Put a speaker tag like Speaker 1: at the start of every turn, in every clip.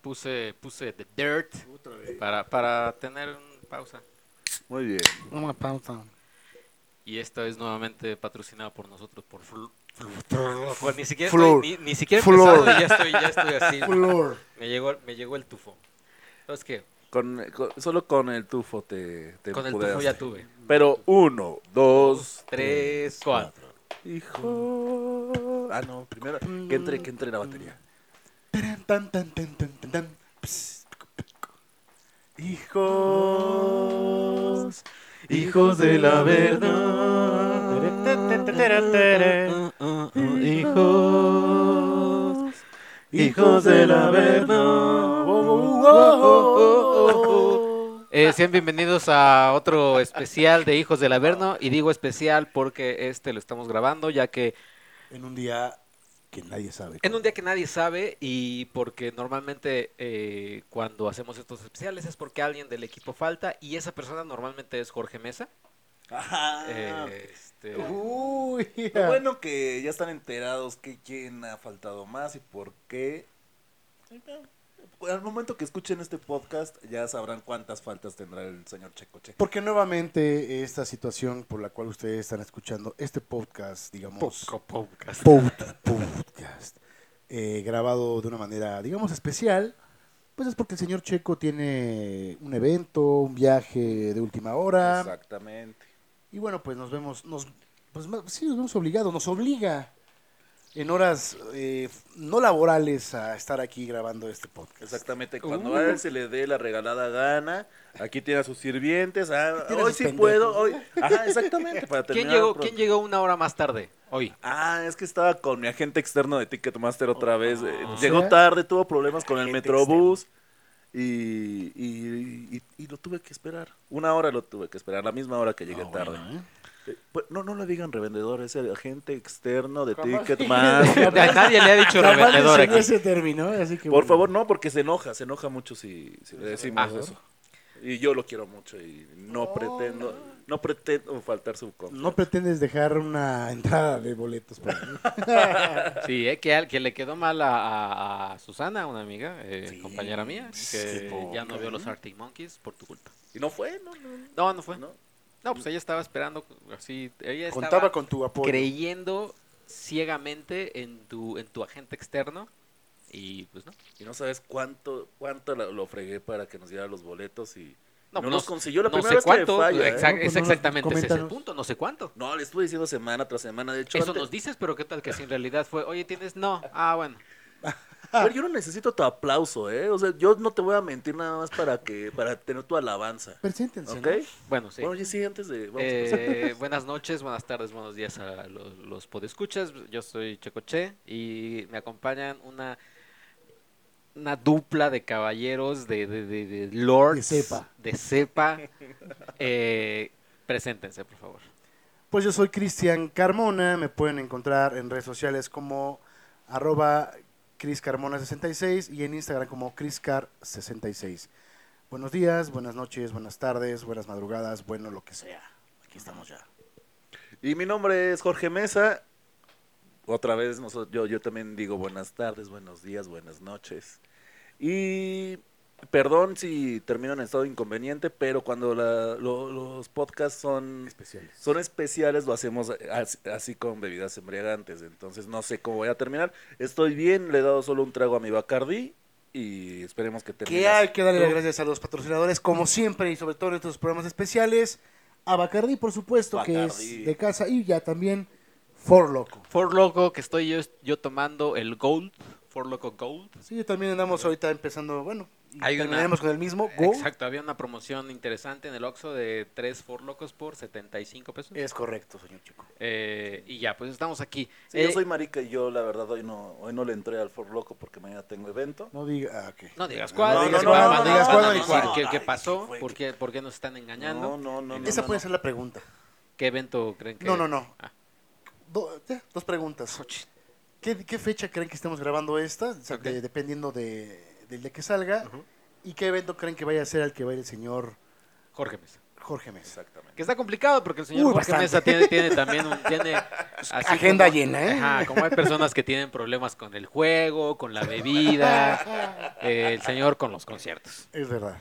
Speaker 1: puse, puse The Dirt para, para tener una pausa.
Speaker 2: Muy bien.
Speaker 3: Una pausa.
Speaker 1: Y esta es nuevamente patrocinada por nosotros, por Flu- Flu- Flu- Ni siquiera,
Speaker 2: Flor.
Speaker 1: estoy, ni, ni siquiera he
Speaker 2: Flor.
Speaker 1: empezado y ya estoy, ya estoy así. Me llegó, me llegó el tufo. Entonces, ¿qué?
Speaker 2: Con, con- solo con el tufo te, te
Speaker 1: Con el tufo
Speaker 2: pudeaste.
Speaker 1: ya tuve.
Speaker 2: Pero uno, dos,
Speaker 1: Tres, cuatro.
Speaker 2: hijo. Ah, no, primero que entre, que entre la batería. Hijos, hijos de la verdad. Hijos, hijos de la verdad.
Speaker 1: Eh, sean bienvenidos a otro especial de Hijos del Averno. Y digo especial porque este lo estamos grabando, ya que
Speaker 4: En un día que nadie sabe.
Speaker 1: en un día que nadie sabe y porque normalmente eh, cuando hacemos estos especiales es porque alguien del equipo falta y esa persona normalmente es Jorge Mesa.
Speaker 2: Ah,
Speaker 1: Eh, este,
Speaker 4: Uy,
Speaker 2: Lo bueno que ya están enterados que quién ha faltado más y por qué. Al momento que escuchen este podcast ya sabrán cuántas faltas tendrá el señor Checoche.
Speaker 4: Porque nuevamente esta situación por la cual ustedes están escuchando este podcast, digamos,
Speaker 1: Poco podcast.
Speaker 4: pod- podcast, eh, grabado de una manera, digamos, especial, pues es porque el señor Checo tiene un evento, un viaje de última hora,
Speaker 2: Exactamente.
Speaker 4: y bueno, pues nos vemos, nos, pues ma- sí, nos vemos obligados, nos obliga en horas eh, no laborales a estar aquí grabando este podcast.
Speaker 2: Exactamente. Cuando
Speaker 1: Uh.
Speaker 2: a él se le dé la regalada gana, aquí tiene a sus sirvientes. ah,
Speaker 4: tiene a
Speaker 2: hoy
Speaker 4: sus
Speaker 2: sí
Speaker 4: pendejos.
Speaker 2: puedo. Hoy... Ajá, exactamente. Para
Speaker 1: ¿Quién
Speaker 2: terminar
Speaker 1: llegó,
Speaker 2: pronto.
Speaker 1: ¿Quién llegó una hora más tarde hoy?
Speaker 2: Ah, es que estaba con mi agente externo de Ticketmaster otra vez. eh,
Speaker 4: Ah, O
Speaker 2: Llegó
Speaker 4: sea,
Speaker 2: tarde, tuvo problemas con el
Speaker 1: agente
Speaker 2: Metrobús y, y- y- y lo tuve que esperar. Una hora lo tuve que esperar, la misma hora que llegué
Speaker 4: Ah,
Speaker 2: tarde.
Speaker 4: bueno, ¿eh?
Speaker 2: Eh, pues, No, no le digan revendedor, es el agente externo de
Speaker 4: Jamás
Speaker 2: Ticketmaster.
Speaker 1: A nadie le ha dicho
Speaker 4: Capaz
Speaker 1: revendedor
Speaker 4: enseñó
Speaker 1: aquí.
Speaker 4: ese término, así que
Speaker 2: Por
Speaker 4: bueno.
Speaker 2: favor, no, porque se enoja, se enoja mucho si, si le decimos
Speaker 1: Ah.
Speaker 2: eso. Y yo lo quiero mucho y no
Speaker 1: Oh.
Speaker 2: pretendo, no pretendo faltar su confianza.
Speaker 4: No pretendes dejar una entrada de boletos para mí.
Speaker 1: Sí, eh, que, al- que le quedó mal a, a- a Susana, una amiga, eh,
Speaker 2: Sí,
Speaker 1: compañera mía,
Speaker 2: sí,
Speaker 1: que
Speaker 2: poca,
Speaker 1: ya no vio
Speaker 2: ¿eh?
Speaker 1: los Arctic Monkeys por tu culpa.
Speaker 2: Y no fue, no, no,
Speaker 1: No, no fue. No,
Speaker 2: no.
Speaker 1: pues ella estaba esperando, así, ella
Speaker 4: Contaba
Speaker 1: estaba
Speaker 4: con tu apoyo.
Speaker 1: creyendo ciegamente en tu, en tu agente externo y pues no.
Speaker 2: Y no sabes cuánto, cuánto la- lo fregué para que nos diera los boletos y
Speaker 1: No,
Speaker 2: no,
Speaker 1: pues,
Speaker 2: nos consiguió la
Speaker 1: no
Speaker 2: primera
Speaker 1: sé
Speaker 2: vez
Speaker 1: cuánto,
Speaker 2: que falla. ¿eh?
Speaker 1: exact-
Speaker 4: No, pues,
Speaker 1: es
Speaker 4: no,
Speaker 1: exactamente ese es el
Speaker 4: coméntanos.
Speaker 1: punto, no sé cuánto.
Speaker 2: No, le estuve diciendo semana tras semana. De hecho,
Speaker 1: Eso
Speaker 2: antes-
Speaker 1: nos dices, pero qué tal que si en realidad fue, oye, tienes, no, ah, bueno.
Speaker 2: A ver, yo no necesito tu aplauso, ¿eh? O sea, yo no te voy a mentir nada más para que para tener tu alabanza.
Speaker 4: Preséntense,
Speaker 2: ¿Ok?
Speaker 4: ¿no?
Speaker 1: Bueno, sí.
Speaker 2: Bueno, oye, sí, antes de... Vamos a
Speaker 1: Eh,
Speaker 2: empezar.
Speaker 1: buenas noches, buenas tardes, buenos días a los, los podescuchas. Yo soy Checoche y me acompañan una, una dupla de caballeros, de, de, de- de lords,
Speaker 4: De cepa.
Speaker 1: de cepa. Eh, preséntense, por favor.
Speaker 4: Pues yo soy Cristian Carmona, me pueden encontrar en redes sociales como arroba criscarmona66 y en Instagram como criscar66. Buenos días, buenas noches, buenas tardes, buenas madrugadas, bueno, lo que sea. Aquí estamos ya.
Speaker 2: Y mi nombre es Jorge Mesa. Otra vez, nosotros, yo, yo también digo buenas tardes, buenos días, buenas noches. Y perdón si termino en estado inconveniente, pero cuando la- lo- los podcasts son,
Speaker 4: Especiales.
Speaker 2: son especiales, lo hacemos as- así, con bebidas embriagantes. Entonces no sé cómo voy a terminar. Estoy bien, le he dado solo un trago a mi Bacardí y esperemos que termine.
Speaker 4: Que hay que darle las
Speaker 2: así.
Speaker 4: gracias a los patrocinadores, como siempre, y sobre todo en estos programas especiales. A Bacardi, por supuesto, que
Speaker 2: Bacardí.
Speaker 4: es de casa, y ya también For Loco.
Speaker 1: For Loco, que estoy yo, yo tomando el Gold, For Loco Gold.
Speaker 4: Sí, también andamos ahorita empezando, bueno, y
Speaker 1: Hay una-
Speaker 4: terminaremos con el
Speaker 2: Oh,
Speaker 4: mismo. Go.
Speaker 1: Exacto, había una promoción interesante en el Oxxo de tres For Locos por 75 pesos.
Speaker 2: Eh.
Speaker 4: Es correcto, señor chico.
Speaker 1: Eh, y ya, pues estamos aquí.
Speaker 2: Sí, yo
Speaker 1: Eh,
Speaker 2: soy marica y yo la verdad hoy no, hoy no le entré al For Loco porque mañana tengo evento.
Speaker 4: No diga, ah, ok.
Speaker 1: No digas cuál,
Speaker 2: No,
Speaker 1: digas
Speaker 2: no, no,
Speaker 1: cuál,
Speaker 2: no,
Speaker 1: van a-
Speaker 2: no digas
Speaker 1: van
Speaker 2: cuál
Speaker 1: a
Speaker 2: ni
Speaker 1: decir
Speaker 2: cuál.
Speaker 1: qué- qué
Speaker 2: Ay,
Speaker 1: pasó,
Speaker 2: ¿qué fue?
Speaker 1: por qué, por qué nos están engañando,
Speaker 2: No, no, no. no,
Speaker 4: Esa
Speaker 2: no,
Speaker 4: puede
Speaker 2: no.
Speaker 4: ser la pregunta.
Speaker 1: qué evento creen que
Speaker 4: No, no, no.
Speaker 1: Ah.
Speaker 4: Do- ya, dos preguntas. ¿Qué, qué fecha creen que estemos grabando esta? O sea,
Speaker 1: Ok.
Speaker 4: de- dependiendo de, del día que salga. ¿Y qué evento creen que vaya a ser al que va a ir el señor
Speaker 1: Jorge Mesa.
Speaker 4: Jorge Mesa.
Speaker 2: Exactamente.
Speaker 1: Que está complicado porque el señor
Speaker 3: Uy,
Speaker 1: Jorge
Speaker 3: bastante.
Speaker 1: Mesa tiene, tiene también un- tiene así
Speaker 3: agenda
Speaker 1: como-
Speaker 3: llena, ¿eh?
Speaker 1: Ajá, como hay personas que tienen problemas con el juego, con la bebida, eh, el señor con los conciertos.
Speaker 4: Es verdad.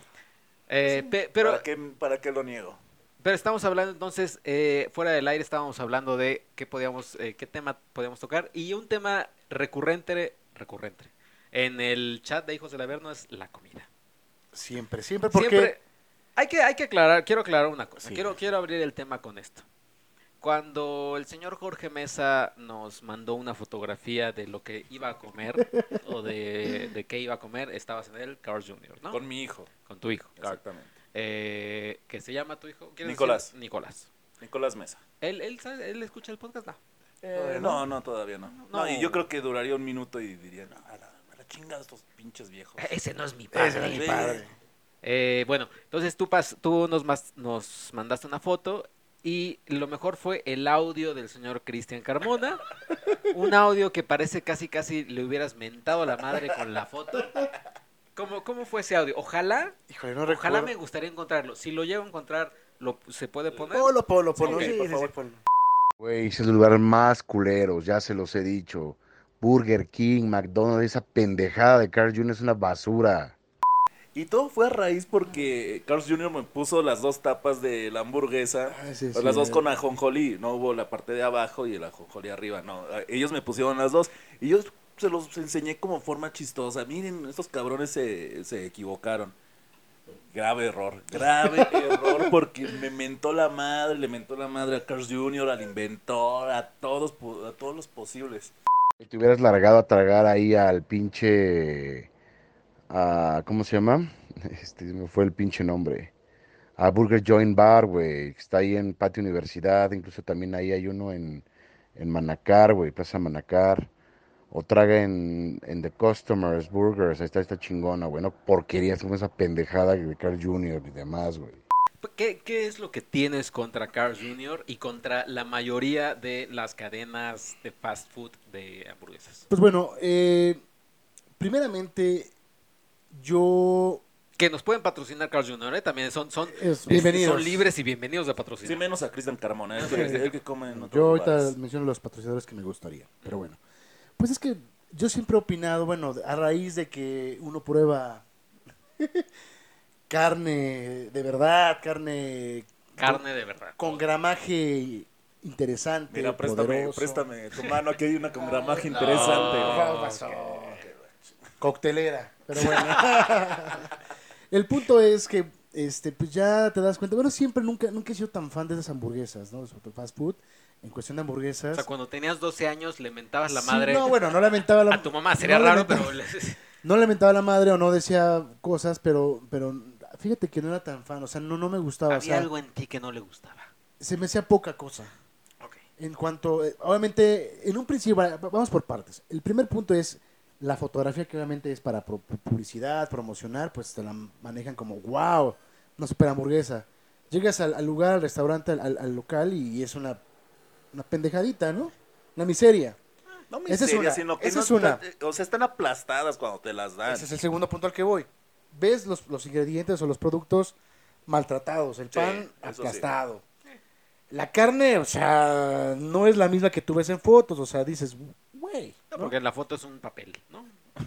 Speaker 1: Eh, pe- pero,
Speaker 2: ¿Para, qué, ¿Para qué lo niego?
Speaker 1: pero estamos hablando entonces, eh, fuera del aire estábamos hablando de qué podíamos, eh, qué tema podíamos tocar y un tema recurrente, recurrente en el chat de Hijos del Averno es la comida.
Speaker 4: Siempre, siempre porque
Speaker 1: Siempre hay que, hay que aclarar, quiero aclarar una cosa,
Speaker 4: Sí.
Speaker 1: quiero, quiero abrir el tema con esto. Cuando el señor Jorge Mesa nos mandó una fotografía de lo que iba a comer o de, de qué iba a comer, estabas en el Carl Jr., ¿no? Con,
Speaker 2: Con mi hijo.
Speaker 1: tu hijo.
Speaker 2: Exactamente.
Speaker 1: Eh, ¿Qué se llama tu hijo? ¿Quieres
Speaker 2: Nicolás.
Speaker 1: decir? Nicolás.
Speaker 2: Nicolás Mesa.
Speaker 1: ¿Él, él, sabe- él escucha el podcast? No.
Speaker 2: Eh, no, no, todavía no. no.
Speaker 1: No.
Speaker 2: y yo creo que duraría un minuto y diría, no, a la, a la chinga de estos pinches viejos.
Speaker 1: Ese no es mi
Speaker 4: ese es mi Ah, padre.
Speaker 1: Eh, bueno, entonces tú, pas- tú nos, mas- nos mandaste una foto y lo mejor fue el audio del señor Cristian Carmona. Un audio que parece casi, casi le hubieras mentado a la madre con la foto. ¿Cómo, cómo fue ese audio? Ojalá,
Speaker 4: Híjole, no
Speaker 1: ojalá me
Speaker 4: recuerdo.
Speaker 1: gustaría encontrarlo. Si lo llego a encontrar, lo, ¿se puede poner?
Speaker 4: Polo, polo, polo.
Speaker 2: ok,
Speaker 4: Sí,
Speaker 2: por
Speaker 4: sí, sí,
Speaker 2: favor.
Speaker 4: ponlo.
Speaker 5: Güey, es el lugar más culeros, ya se los he dicho. Burger King, McDonald's, esa pendejada de Carl Jr. es una basura.
Speaker 2: Y todo fue a raíz porque Carlos Jr. me puso las dos tapas de la hamburguesa.
Speaker 4: Ah, sí,
Speaker 2: o
Speaker 4: sí,
Speaker 2: Pues las dos
Speaker 4: eh.
Speaker 2: con ajonjolí. No hubo la parte de abajo y el ajonjolí arriba. No, ellos me pusieron las dos. Y yo se los enseñé como forma chistosa. Miren, estos cabrones se, se equivocaron. Grave error, grave error porque me mentó la madre, le mentó la madre a Carlos Jr., al inventor, a todos, po- a todos los posibles.
Speaker 5: Y te hubieras largado a tragar ahí al pinche. A, ¿Cómo se llama? Este se me fue el pinche nombre. A Burger Joint Bar, güey. que Está ahí en Patio Universidad. Incluso también ahí hay uno en, en Manacar, güey. Plaza Manacar. O traga en, en The Customers Burgers. Ahí está esta chingona, güey. No porquerías como esa pendejada de Carl Jr. y demás, güey.
Speaker 1: ¿Qué, qué es lo que tienes contra Carl Jr. y contra la mayoría de las cadenas de fast food de hamburguesas?
Speaker 4: Pues bueno, eh, primeramente, yo.
Speaker 1: Que nos pueden patrocinar Carl Jr., ¿eh? también son, son
Speaker 4: Es,
Speaker 1: Este,
Speaker 4: bienvenidos.
Speaker 1: Son libres y bienvenidos a
Speaker 2: Sí,
Speaker 1: patrocinar.
Speaker 2: menos a Cristian Carmona, el que, el que come en otros
Speaker 4: Yo ahorita
Speaker 2: lugares.
Speaker 4: menciono los patrocinadores que me gustaría, pero bueno. Pues es que yo siempre he opinado, bueno, a raíz de que uno prueba carne de verdad, carne
Speaker 1: Carne de verdad.
Speaker 4: con gramaje interesante,
Speaker 2: Mira, préstame,
Speaker 4: poderoso.
Speaker 2: préstame tu mano, aquí hay una con gramaje
Speaker 1: No.
Speaker 2: interesante. güey.
Speaker 1: No.
Speaker 4: ¿Qué pasó? Coctelera, pero bueno. El punto es que este pues ya te das cuenta, bueno, siempre nunca nunca he sido tan fan de esas hamburguesas, ¿no? Sobre todo fast food en cuestión de
Speaker 1: O
Speaker 4: hamburguesas.
Speaker 1: sea, cuando tenías 12 años le mentabas la
Speaker 4: Sí,
Speaker 1: madre
Speaker 4: no, bueno, no lamentaba la
Speaker 1: a tu mamá. Sería
Speaker 4: no le
Speaker 1: raro,
Speaker 4: mentaba-
Speaker 1: pero... les-
Speaker 4: No lamentaba la madre o no decía cosas, pero pero fíjate que no era tan fan, o sea, no no me gustaba, o
Speaker 1: Había
Speaker 4: sea,
Speaker 1: algo en ti que no le gustaba.
Speaker 4: se me hacía poca cosa.
Speaker 1: Ok.
Speaker 4: En cuanto, eh, obviamente, en un principio, va- vamos por partes. El primer punto es la fotografía que obviamente es para pro- publicidad, promocionar, pues te la manejan como, wow, una super hamburguesa. Llegas al, al lugar, al restaurante, al, al- al local y, es una, una pendejadita, ¿no? Una miseria.
Speaker 2: No me
Speaker 4: Esa es
Speaker 2: seria,
Speaker 4: una,
Speaker 2: sino que
Speaker 4: esa
Speaker 2: no
Speaker 4: es una.
Speaker 2: está- o sea, están aplastadas cuando te las dan.
Speaker 4: Ese es el segundo punto al que voy. Ves los, los ingredientes o los productos maltratados, el
Speaker 2: Sí,
Speaker 4: pan
Speaker 2: eso sí.
Speaker 4: aplastado. La carne, o sea, no es la misma que tú ves en fotos, o sea, dices, güey.
Speaker 1: No, porque la foto es un papel, ¿no?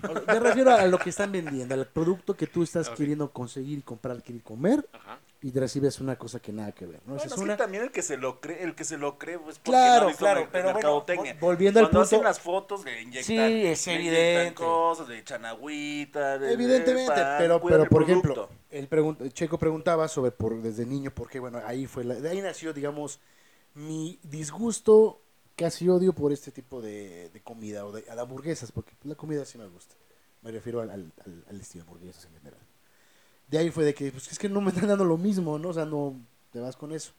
Speaker 4: O sea, Me refiero a lo que están vendiendo, al producto que tú estás
Speaker 1: Ok.
Speaker 4: queriendo conseguir, comprar, querer comer,
Speaker 1: Ajá.
Speaker 4: y te recibes una cosa que nada que ver. ¿no?
Speaker 2: Bueno,
Speaker 4: Esa
Speaker 2: es
Speaker 4: es una-
Speaker 2: que también el que se lo cree, el que se lo cree, pues porque
Speaker 4: Claro,
Speaker 2: no ha visto
Speaker 4: claro,
Speaker 2: mer-
Speaker 4: pero bueno,
Speaker 2: mercadotecnia.
Speaker 4: vol- volviendo al
Speaker 2: Cuando hacen
Speaker 4: punto-
Speaker 2: las fotos le inyectan,
Speaker 4: Sí, es
Speaker 2: le
Speaker 4: evidente.
Speaker 2: inyectan cosas, le echan agüita, le- le
Speaker 4: Evidentemente,
Speaker 2: pan,
Speaker 4: pero,
Speaker 2: cuidan
Speaker 4: pero
Speaker 2: el
Speaker 4: por
Speaker 2: producto.
Speaker 4: ejemplo, el pregun- Checo preguntaba sobre por desde niño, porque bueno, ahí fue la- de ahí nació, digamos, mi disgusto, casi odio por este tipo de, de comida o de, a las hamburguesas, porque pues, la comida sí me gusta. Me refiero al, al, al- al estilo de hamburguesas en general. De ahí fue de que, pues es que no me están dando lo mismo, ¿no? O sea, no te vas con eso.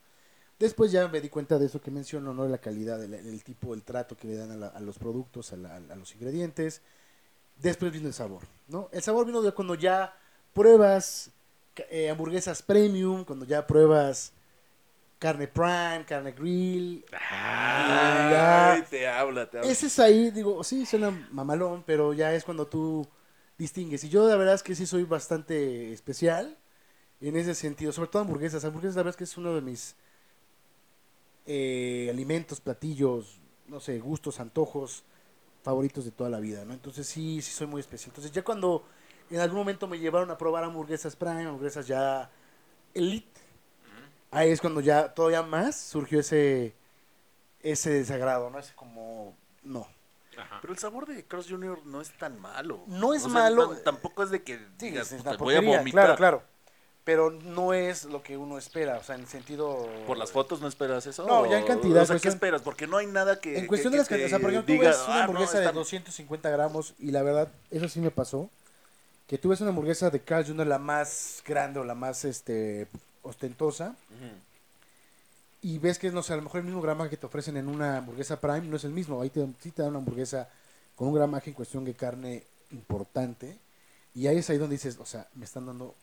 Speaker 4: Después ya me di cuenta de eso que menciono, ¿no? La calidad, el, el tipo, el trato que le dan a, la- a los productos, a, la- a los ingredientes. Después vino el sabor, ¿no? El sabor vino de cuando ya pruebas ca- eh, hamburguesas premium, cuando ya pruebas carne prime, carne grill.
Speaker 2: Ah, Ay, te habla, te habla.
Speaker 4: Ese es ahí, digo, sí, suena mamalón, pero ya es cuando tú distingues. Y yo la verdad es que sí soy bastante especial en ese sentido, sobre todo hamburguesas. Hamburguesas, la verdad es que es uno de mis eh, alimentos, platillos, no sé, gustos, antojos favoritos de toda la vida, ¿no? Entonces sí, sí soy muy especial. Entonces ya cuando en algún momento me llevaron a probar hamburguesas prime, hamburguesas ya elite, ahí es cuando ya todavía más surgió ese ese desagrado, ¿no? Ese como no.
Speaker 1: Ajá.
Speaker 2: Pero el sabor de Cross Junior no es tan malo.
Speaker 4: No es malo.
Speaker 2: tan- tampoco es de que
Speaker 4: Sí,
Speaker 2: digas,
Speaker 4: es
Speaker 2: "Puta,
Speaker 4: una
Speaker 2: voy a
Speaker 4: porquería,
Speaker 2: vomitar.
Speaker 4: Claro, claro. Pero no es lo que uno espera, o sea, en el sentido...
Speaker 2: Por las fotos no esperas eso.
Speaker 4: No, ya en
Speaker 2: ¿O-
Speaker 4: cantidad,
Speaker 2: O sea, ¿qué
Speaker 4: cuestión-
Speaker 2: esperas? Porque no hay nada que.
Speaker 4: En cuestión
Speaker 2: que-
Speaker 4: de las
Speaker 2: que
Speaker 4: cantidades, o sea, por
Speaker 2: te
Speaker 4: ejemplo, tú
Speaker 2: diga,
Speaker 4: ves
Speaker 2: "Ah,
Speaker 4: una
Speaker 2: no,
Speaker 4: hamburguesa de
Speaker 2: está-
Speaker 4: 250 gramos y la verdad, eso sí me pasó, que tú ves una hamburguesa de Carl Jr., la más grande o la más este ostentosa, y ves que, no sé, a lo mejor el mismo gramaje que te ofrecen en una hamburguesa Prime no es el mismo. Ahí te, sí te dan una hamburguesa con un gramaje en cuestión de carne importante, y ahí es ahí donde dices, o sea, me están dando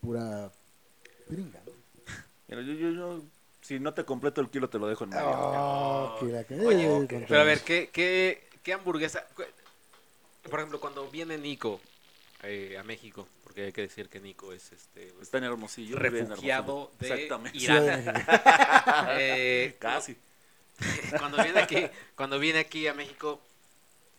Speaker 4: pura gringa. ¿no?
Speaker 2: Mira, yo, yo, yo, si no te completo el kilo, te lo dejo en medio.
Speaker 4: Ah, que la que-
Speaker 1: Oye,
Speaker 4: eh,
Speaker 1: ok.
Speaker 4: con
Speaker 1: pero a
Speaker 4: todo.
Speaker 1: ver, ¿qué, qué, qué hamburguesa? cu- Por ejemplo, cuando viene Nico eh, a México, porque hay que decir que Nico es este
Speaker 2: Está en Hermosillo. vive en
Speaker 1: refugiado
Speaker 2: Hermosillo.
Speaker 1: de
Speaker 2: Exactamente.
Speaker 4: Ciudad de
Speaker 1: Irán.
Speaker 4: México.
Speaker 1: Eh,
Speaker 2: Casi.
Speaker 1: cuando viene aquí, cuando viene aquí a México,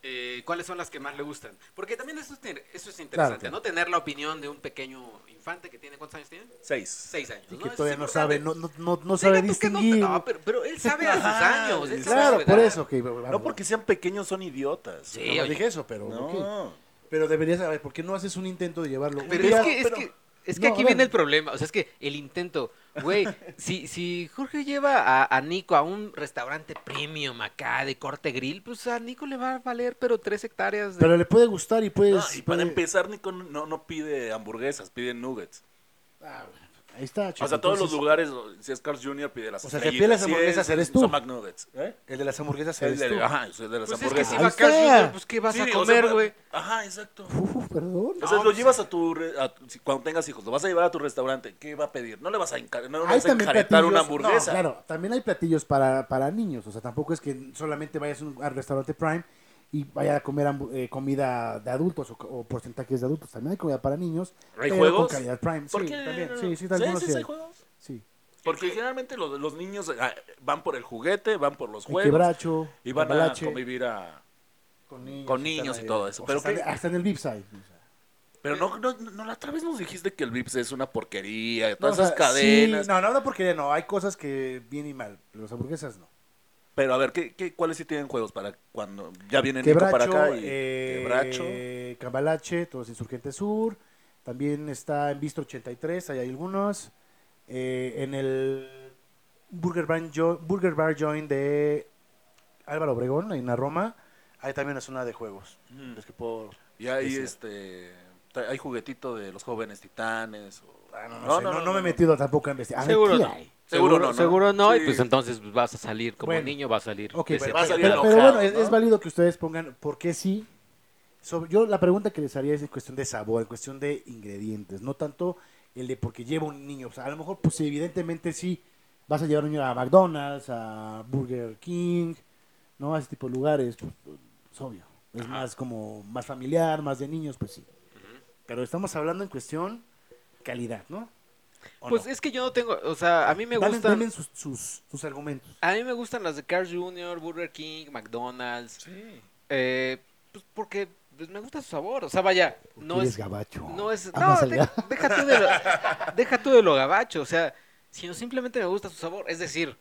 Speaker 1: eh, ¿cuáles son las que más le gustan? Porque también eso es, tener- eso es interesante,
Speaker 4: claro.
Speaker 1: ¿no? Tener la opinión de un pequeño infante que tiene, ¿cuántos años tiene?
Speaker 2: Seis.
Speaker 1: Seis años.
Speaker 4: Y
Speaker 1: ¿no?
Speaker 4: que
Speaker 1: Eso
Speaker 4: todavía
Speaker 1: es
Speaker 4: no
Speaker 1: importante.
Speaker 4: sabe, no, no, no,
Speaker 1: Deja
Speaker 4: no sabe
Speaker 1: tú que no-
Speaker 4: distinguir.
Speaker 1: no, pero, pero él sabe a sus
Speaker 2: Ajá,
Speaker 1: años. él sabe a
Speaker 4: claro,
Speaker 1: su
Speaker 4: por
Speaker 1: edad.
Speaker 4: eso que
Speaker 2: No porque sean pequeños, son idiotas.
Speaker 1: Sí,
Speaker 4: no
Speaker 1: oye.
Speaker 4: dije eso, pero ok.
Speaker 2: No.
Speaker 4: pero deberías saber por qué no haces un intento de llevarlo. Un
Speaker 1: Pero
Speaker 4: día-
Speaker 1: es que, es
Speaker 4: pero-
Speaker 1: que, es que
Speaker 4: No,
Speaker 1: aquí
Speaker 4: a ver.
Speaker 1: viene el problema. O sea, es que el intento, güey, si, si Jorge lleva a, a Nico a un restaurante premium acá de corte grill, pues a Nico le va a valer, pero tres hectáreas de...
Speaker 4: pero le puede gustar y puedes.
Speaker 2: No, y para
Speaker 4: puede-
Speaker 2: empezar, Nico no, no pide hamburguesas, pide nuggets.
Speaker 4: Ah, bueno. Ahí está. chico,
Speaker 2: O sea, todos los
Speaker 4: entonces,
Speaker 2: lugares, si es Carl Jr., pide las
Speaker 4: O sea, si
Speaker 2: estrellitas.
Speaker 4: pide las
Speaker 2: Si
Speaker 4: hamburguesas,
Speaker 2: es
Speaker 4: eres tú.
Speaker 2: Son McNuggets. ¿Eh?
Speaker 4: El de las hamburguesas
Speaker 2: El
Speaker 4: eres
Speaker 2: de,
Speaker 4: tú.
Speaker 2: ajá, es el de las
Speaker 1: pues es que
Speaker 2: hamburguesas.
Speaker 1: si
Speaker 4: Ahí
Speaker 1: va a Carl's
Speaker 4: está.
Speaker 1: Jr., pues ¿qué vas
Speaker 2: Sí,
Speaker 1: a
Speaker 2: o
Speaker 1: comer,
Speaker 2: sea,
Speaker 1: güey?
Speaker 2: Ajá, exacto.
Speaker 4: Uf, perdón.
Speaker 2: O sea, lo llevas a tu. re- a tu- si- cuando tengas hijos, lo vas a llevar a tu restaurante. ¿Qué va a pedir? No le vas a, encar no le
Speaker 4: Hay
Speaker 2: vas a
Speaker 4: también
Speaker 2: enjaretar
Speaker 4: platillos.
Speaker 2: una
Speaker 4: no,
Speaker 2: hamburguesa.
Speaker 4: claro, también hay platillos para, para niños. O sea, tampoco es que solamente vayas a un- al restaurante Prime y vaya a comer hambu- eh, comida de adultos o, o porcentajes de adultos. También hay comida para niños.
Speaker 2: ¿Hay
Speaker 4: pero
Speaker 2: juegos?
Speaker 4: Con calidad Prime.
Speaker 2: ¿Por
Speaker 4: sí,
Speaker 2: qué?
Speaker 4: también.
Speaker 2: No, no,
Speaker 4: Sí,
Speaker 2: no.
Speaker 4: sí, también
Speaker 2: sí,
Speaker 4: sí,
Speaker 2: hay juegos.
Speaker 4: sí.
Speaker 2: Porque generalmente los, los niños ah, van por el juguete, van por los
Speaker 4: El
Speaker 2: juegos.
Speaker 4: quebracho,
Speaker 2: y van
Speaker 4: cambalache,
Speaker 2: a convivir a.
Speaker 4: con niños,
Speaker 2: con niños
Speaker 4: tal,
Speaker 2: y todo
Speaker 4: eh,
Speaker 2: eso,
Speaker 4: o
Speaker 2: pero
Speaker 4: sea,
Speaker 2: ¿qué?
Speaker 4: hasta, en el VIP-side.
Speaker 2: Pero no, no, no, la otra vez nos dijiste que el Vips es una porquería,
Speaker 4: No,
Speaker 2: todas
Speaker 4: o sea,
Speaker 2: esas cadenas.
Speaker 4: sí, no, no, no, porque no. Hay cosas que bien y mal. pero Las hamburguesas no.
Speaker 2: Pero a ver, ¿qué, qué, ¿cuáles sí tienen juegos para cuando ya vienen Nico
Speaker 4: Quebracho,
Speaker 2: para acá? Y,
Speaker 4: eh,
Speaker 2: quebracho.
Speaker 4: Cambalache, todos Insurgente Sur. También está en Bistro 83, ahí hay algunos. Eh, en el Burger Bar, Jo- Burger Bar Joint de Álvaro Obregón, ahí en la Roma. Hay también una zona de juegos. Es que puedo-
Speaker 2: Y ahí
Speaker 4: Ese.
Speaker 2: este, ta- hay juguetito de los jóvenes titanes. o-
Speaker 4: Ah, no, no, sé, no, no me he metido tampoco a investigar. A ver,
Speaker 1: Seguro
Speaker 4: ¿qué
Speaker 1: no.
Speaker 4: hay?
Speaker 2: Seguro no, ¿no?
Speaker 1: Seguro no,
Speaker 2: Sí.
Speaker 1: y pues entonces pues, vas a salir como
Speaker 4: Bueno.
Speaker 1: niño, vas a salir.
Speaker 4: Ok,
Speaker 1: decepcionado.
Speaker 4: pero,
Speaker 2: va a salir
Speaker 4: pero- pero
Speaker 2: enojado,
Speaker 4: bueno, es,
Speaker 2: ¿no?
Speaker 4: es válido que ustedes pongan por qué sí. Sobre- yo la pregunta que les haría es en cuestión de sabor, en cuestión de ingredientes, no tanto el de porque lleva un niño. O sea, a lo mejor, pues evidentemente sí, vas a llevar un niño a McDonald's, a Burger King, ¿no? A ese tipo de lugares, pues, es obvio. Es más como, más familiar, más de niños, pues sí. Pero estamos hablando en cuestión calidad, ¿no? ¿O
Speaker 1: Pues
Speaker 4: no?
Speaker 1: es que yo no tengo, o sea, a mí me
Speaker 4: Dame-
Speaker 1: gustan...
Speaker 4: dame sus, sus, sus argumentos.
Speaker 1: A mí me gustan las de Carl Jr., Burger King, McDonald's. Eh, pues porque pues, me gusta su sabor. O sea, vaya, no
Speaker 4: Eres
Speaker 1: es,
Speaker 4: gabacho.
Speaker 1: no es. No,
Speaker 4: Amas al
Speaker 1: de-
Speaker 4: gabacho.
Speaker 1: deja, tú de lo, deja tú de lo gabacho. O sea, sino simplemente me gusta su sabor. Es decir,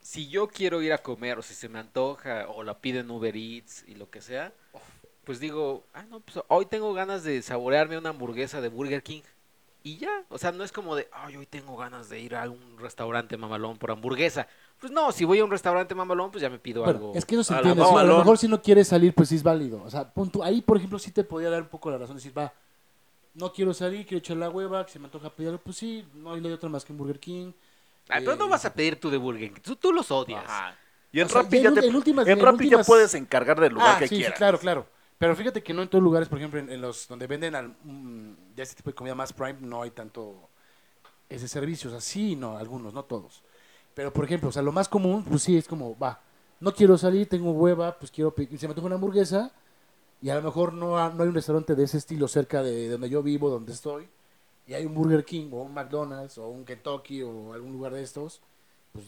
Speaker 1: si yo quiero ir a comer o si se me antoja o la piden Uber Eats y lo que sea, pues digo, ah, no, pues hoy tengo ganas de saborearme una hamburguesa de Burger King. Y ya, o sea, no es como de, ay, hoy tengo ganas de ir a un restaurante mamalón por hamburguesa. Pues no, si voy a un restaurante mamalón, pues ya me pido
Speaker 4: Bueno,
Speaker 1: algo.
Speaker 4: es que no se
Speaker 2: a la
Speaker 4: entiende. sí, a
Speaker 2: mamalón.
Speaker 4: lo mejor si no quieres salir, pues sí es válido. O sea, pon tú- ahí, por ejemplo, sí te podría dar un poco la razón. Decir, va, no quiero salir, quiero echar la hueva, que se me antoja pedir algo. Pues sí, no hay otra más que un Burger King.
Speaker 1: Ay, pero no
Speaker 4: Eh,
Speaker 1: vas a pedir tú de Burger King. Tú, tú los odias.
Speaker 2: Ajá. Y en
Speaker 4: O sea,
Speaker 2: Rappi
Speaker 4: ya
Speaker 2: ya,
Speaker 4: en
Speaker 2: te-
Speaker 4: ul- en últimas-
Speaker 2: en
Speaker 4: en
Speaker 2: Rappi ya
Speaker 4: últimas-
Speaker 2: puedes encargar del lugar
Speaker 4: ah,
Speaker 2: que
Speaker 4: sí, sí,
Speaker 2: quieras.
Speaker 4: claro, claro. Pero fíjate que no en todos lugares, por ejemplo, en, en los donde venden al, mm, ya este tipo de comida más prime, no hay tanto ese servicio. O sea, sí, no, algunos, no todos. Pero, por ejemplo, o sea, lo más común, pues sí, es como, va, no quiero salir, tengo hueva, pues quiero, pe- se me antoja una hamburguesa y a lo mejor no, ha- no hay un restaurante de ese estilo cerca de, donde yo vivo, donde estoy. y hay un Burger King o un McDonald's o un Kentucky o algún lugar de estos, pues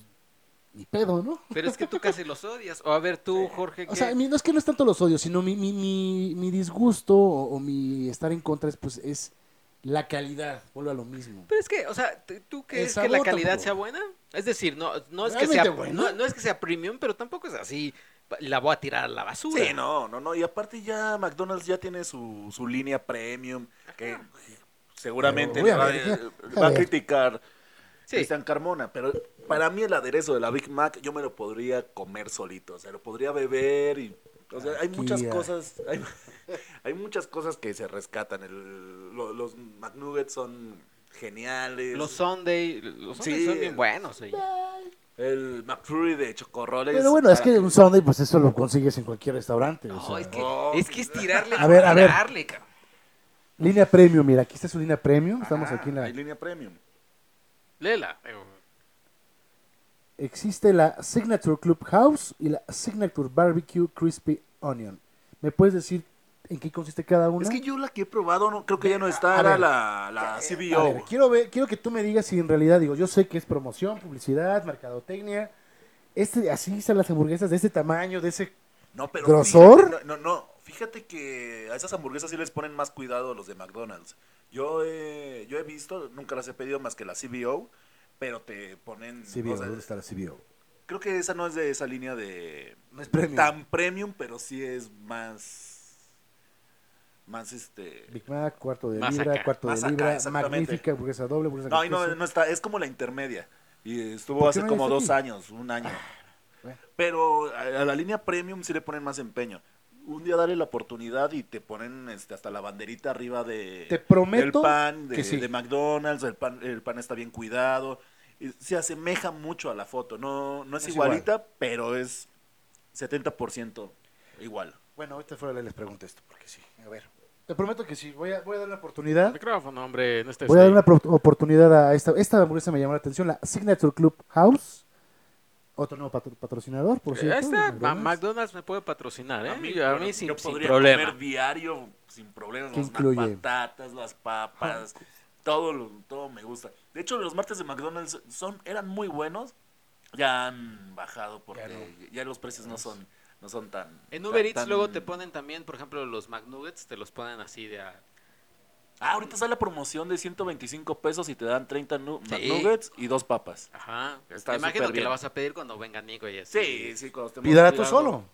Speaker 4: ni pedo, ¿no?
Speaker 1: Pero es que tú casi los odias. O a ver, tú, Jorge,
Speaker 4: O sea,
Speaker 1: ¿qué?
Speaker 4: mi- no es que no es tanto los odios, sino mi, mi, mi, mi disgusto o, o mi estar en contra es, pues, es la calidad. Vuelve a lo mismo.
Speaker 1: Pero es que, o sea, t- ¿tú crees que
Speaker 4: sabor
Speaker 1: la calidad
Speaker 4: tampoco.
Speaker 1: sea buena? Es decir, no, no, es que sea,
Speaker 4: pues. ¿Realmente buena?
Speaker 1: no, no es que sea premium, pero tampoco es así. pa- La voy a tirar a la basura.
Speaker 2: Sí, no, no, no. Y aparte ya McDonald's ya tiene su, su línea premium, que seguramente
Speaker 4: Pero voy a
Speaker 2: va,
Speaker 4: ver,
Speaker 2: a-
Speaker 4: a
Speaker 2: va a
Speaker 4: ver.
Speaker 2: criticar
Speaker 1: Sí.
Speaker 2: Cristian Carmona. Pero para mí el aderezo de la Big Mac yo me lo podría comer solito, o sea, lo podría beber y... O sea, hay
Speaker 4: Aquí,
Speaker 2: muchas
Speaker 4: ah.
Speaker 2: cosas, hay, hay muchas cosas que se rescatan. El- lo- los McNuggets son geniales.
Speaker 1: Los Sunday, los Sunday
Speaker 2: Sí.
Speaker 1: son bien buenos. oye.
Speaker 2: El McFlurry de chocorroles.
Speaker 4: Pero bueno, es
Speaker 2: para
Speaker 4: que un Sunday, pues eso lo consigues en cualquier restaurante. o
Speaker 1: No,
Speaker 4: sea.
Speaker 1: es que,
Speaker 2: No.
Speaker 1: es que es tirarle.
Speaker 4: A ver, a ver.
Speaker 1: tirarle, cabrón.
Speaker 4: Línea premium, mira, aquí está su línea premium. Estamos
Speaker 2: Ajá,
Speaker 4: aquí en la.
Speaker 2: Hay línea premium.
Speaker 1: Léela.
Speaker 4: Existe la Signature Clubhouse y la Signature Barbecue Crispy Onion. ¿Me puedes decir en qué consiste cada una?
Speaker 2: Es que yo la que he probado, no, creo que ya no
Speaker 4: a
Speaker 2: está, era
Speaker 4: ver.
Speaker 2: la, la CBO.
Speaker 4: A ver, quiero, ver, quiero que tú me digas si en realidad, digo, yo sé que es promoción, publicidad, mercadotecnia. Este, así están las hamburguesas de este tamaño, de ese.
Speaker 2: No, pero
Speaker 4: ¿Grosor?
Speaker 2: fíjate- no, no, no. Fíjate que a esas hamburguesas sí les ponen más cuidado a los de McDonald's. Yo he, yo he visto, nunca las he pedido más que la CBO, pero te ponen... o sea,
Speaker 4: la CBO?
Speaker 2: creo que esa no es de esa línea de...
Speaker 4: No es premium.
Speaker 2: Tan premium, pero sí es más... Más este...
Speaker 4: Big Mac, cuarto de
Speaker 1: Más
Speaker 4: libra,
Speaker 1: acá,
Speaker 4: cuarto
Speaker 2: más
Speaker 4: de
Speaker 2: acá,
Speaker 4: libra,
Speaker 2: exactamente.
Speaker 4: magnífica hamburguesa doble, hamburguesa
Speaker 2: No,
Speaker 4: con
Speaker 2: ahí no,
Speaker 4: queso.
Speaker 2: no está, es como la intermedia. Y estuvo
Speaker 4: ¿Por
Speaker 2: hace
Speaker 4: qué no
Speaker 2: como
Speaker 4: está
Speaker 2: dos
Speaker 4: aquí?
Speaker 2: años, un año.
Speaker 4: bueno.
Speaker 2: Pero a a la línea premium sí le ponen más empeño. Un día dale la oportunidad y te ponen este, hasta la banderita arriba de,
Speaker 4: Te prometo
Speaker 2: del pan, de,
Speaker 4: que sí.
Speaker 2: de McDonald's, el pan, el pan está bien cuidado. Y se asemeja mucho a la foto. No, no es,
Speaker 4: Es igual.
Speaker 2: igualita, pero es 70% igual.
Speaker 4: Bueno, ahorita fuera de les pregunto esto, porque sí. A ver. Te prometo que sí, voy a, voy a dar la oportunidad.
Speaker 1: Micrófono, hombre.
Speaker 2: este
Speaker 1: No estés
Speaker 4: Voy a dar
Speaker 1: ahí.
Speaker 4: una pro- oportunidad a esta. Esta hamburguesa me llamó la atención, la Signature Club House. Otro nuevo patro- patrocinador, por
Speaker 1: Ahí
Speaker 4: cierto.
Speaker 1: está.
Speaker 4: de
Speaker 1: Ma-
Speaker 4: McDonald's.
Speaker 1: McDonald's me puede patrocinar, ¿eh? A mí,
Speaker 2: bueno,
Speaker 1: sin,
Speaker 2: yo
Speaker 1: sin
Speaker 2: podría
Speaker 1: problema.
Speaker 2: comer diario sin problemas.
Speaker 4: ¿Qué
Speaker 2: Las
Speaker 4: incluye? Ah,
Speaker 2: patatas, las papas, todo, lo- todo me gusta. De hecho, los martes de McDonald's son, eran muy buenos. Ya han bajado porque ya, los precios no son, no son tan...
Speaker 1: Pues. En Uber
Speaker 2: tan-
Speaker 1: Eats
Speaker 2: tan-
Speaker 1: luego te ponen también, por ejemplo, los McNuggets, te los ponen así de a...
Speaker 2: Ah, ahorita sale la promoción de 125 pesos y te dan 30 nu-
Speaker 1: Sí.
Speaker 2: nuggets y dos papas.
Speaker 1: Ajá.
Speaker 2: Está
Speaker 1: Me imagino
Speaker 2: súper
Speaker 1: que
Speaker 2: bien.
Speaker 1: la vas a pedir cuando venga Nico y así.
Speaker 2: Sí, sí, cuando estemos
Speaker 4: Pídala tú
Speaker 2: cuidando.
Speaker 4: solo.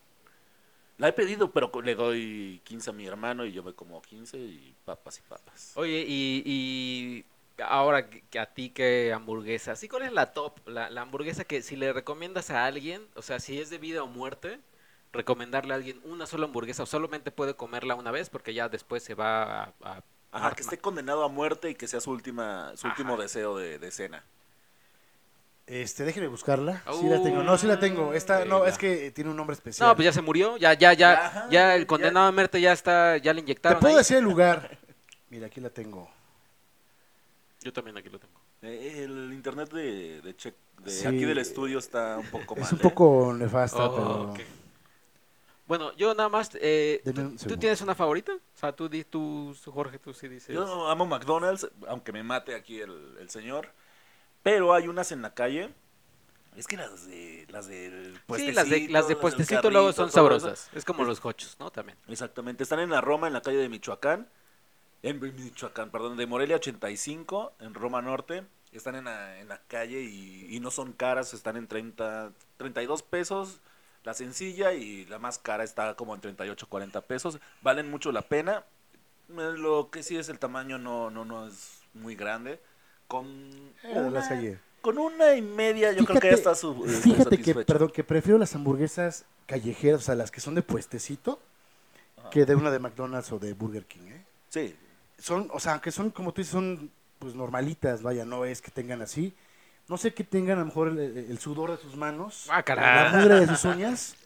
Speaker 2: La he pedido, pero co- le doy 15 a mi hermano y yo me como 15 y papas y papas.
Speaker 1: Oye, y, y ahora que- que a ti qué hamburguesa, ¿sí cuál es la top? La, la hamburguesa que si le recomiendas a alguien, o sea, si es de vida o muerte, recomendarle a alguien una sola hamburguesa o solamente puede comerla una vez porque ya después se va a... a-
Speaker 2: Ajá,
Speaker 1: a-
Speaker 2: que esté condenado a muerte y que sea su última, su
Speaker 1: Ajá.
Speaker 2: último deseo de, de cena.
Speaker 4: Este, déjeme buscarla. Sí la tengo. No, sí la tengo. Esta, no, es que tiene un nombre especial.
Speaker 1: Uh, No, pues ya se murió, ya, ya, ya,
Speaker 2: Ajá,
Speaker 1: ya
Speaker 2: ya.
Speaker 1: el condenado a muerte ya está, ya le
Speaker 4: Te
Speaker 1: inyectaron.
Speaker 4: puedo
Speaker 1: ahí.
Speaker 4: decir el lugar. Mira, aquí la tengo.
Speaker 1: Yo también aquí lo tengo.
Speaker 2: Eh, El internet de, de Che- de
Speaker 4: Sí.
Speaker 2: aquí del estudio está un poco mal.
Speaker 4: Es un
Speaker 2: ¿eh?
Speaker 4: poco nefasta,
Speaker 1: Oh,
Speaker 4: pero.
Speaker 1: ok. Bueno, yo nada más, eh,
Speaker 4: Deme un
Speaker 1: ¿tú- ¿tú
Speaker 4: segundo.
Speaker 1: tienes una favorita? O sea, tú, di- tú Jorge, tú sí dices...
Speaker 2: Yo amo McDonald's, aunque me mate aquí el, el señor. Pero hay unas en la calle. Es que las de las del
Speaker 1: Pues Sí, las de,
Speaker 2: puestecito,
Speaker 1: las de
Speaker 2: del
Speaker 1: puestecito luego
Speaker 2: carrito,
Speaker 1: son
Speaker 2: todo eso.
Speaker 1: sabrosas. Es como los cochos, ¿no? También.
Speaker 2: Exactamente, están en la Roma, en la calle de Michoacán. En Michoacán, perdón, de Morelia 85, en Roma Norte. Están en la, en la calle y, y no son caras, están en 30, 32 pesos la sencilla y la más cara está como en 38, 40 pesos. Valen mucho la pena. Eh, Lo que sí es el tamaño no, no, no es muy grande. Con
Speaker 4: Era de Eh, las
Speaker 2: una-
Speaker 4: calles.
Speaker 2: con una y media yo creo que ya está su, eh,
Speaker 4: fíjate que,
Speaker 2: satisfecho.
Speaker 4: perdón, que prefiero las hamburguesas callejeras, o sea, las que son de puestecito,
Speaker 2: Ajá.
Speaker 4: que de una de McDonald's o de Burger King, ¿eh?
Speaker 2: Sí,
Speaker 4: Son, o sea, aunque son, como tú dices, son pues normalitas, vaya, no es que tengan así. No sé que tengan a lo mejor el, el sudor de sus manos,
Speaker 1: Ah,
Speaker 4: la
Speaker 1: caray.
Speaker 4: mugre de sus uñas,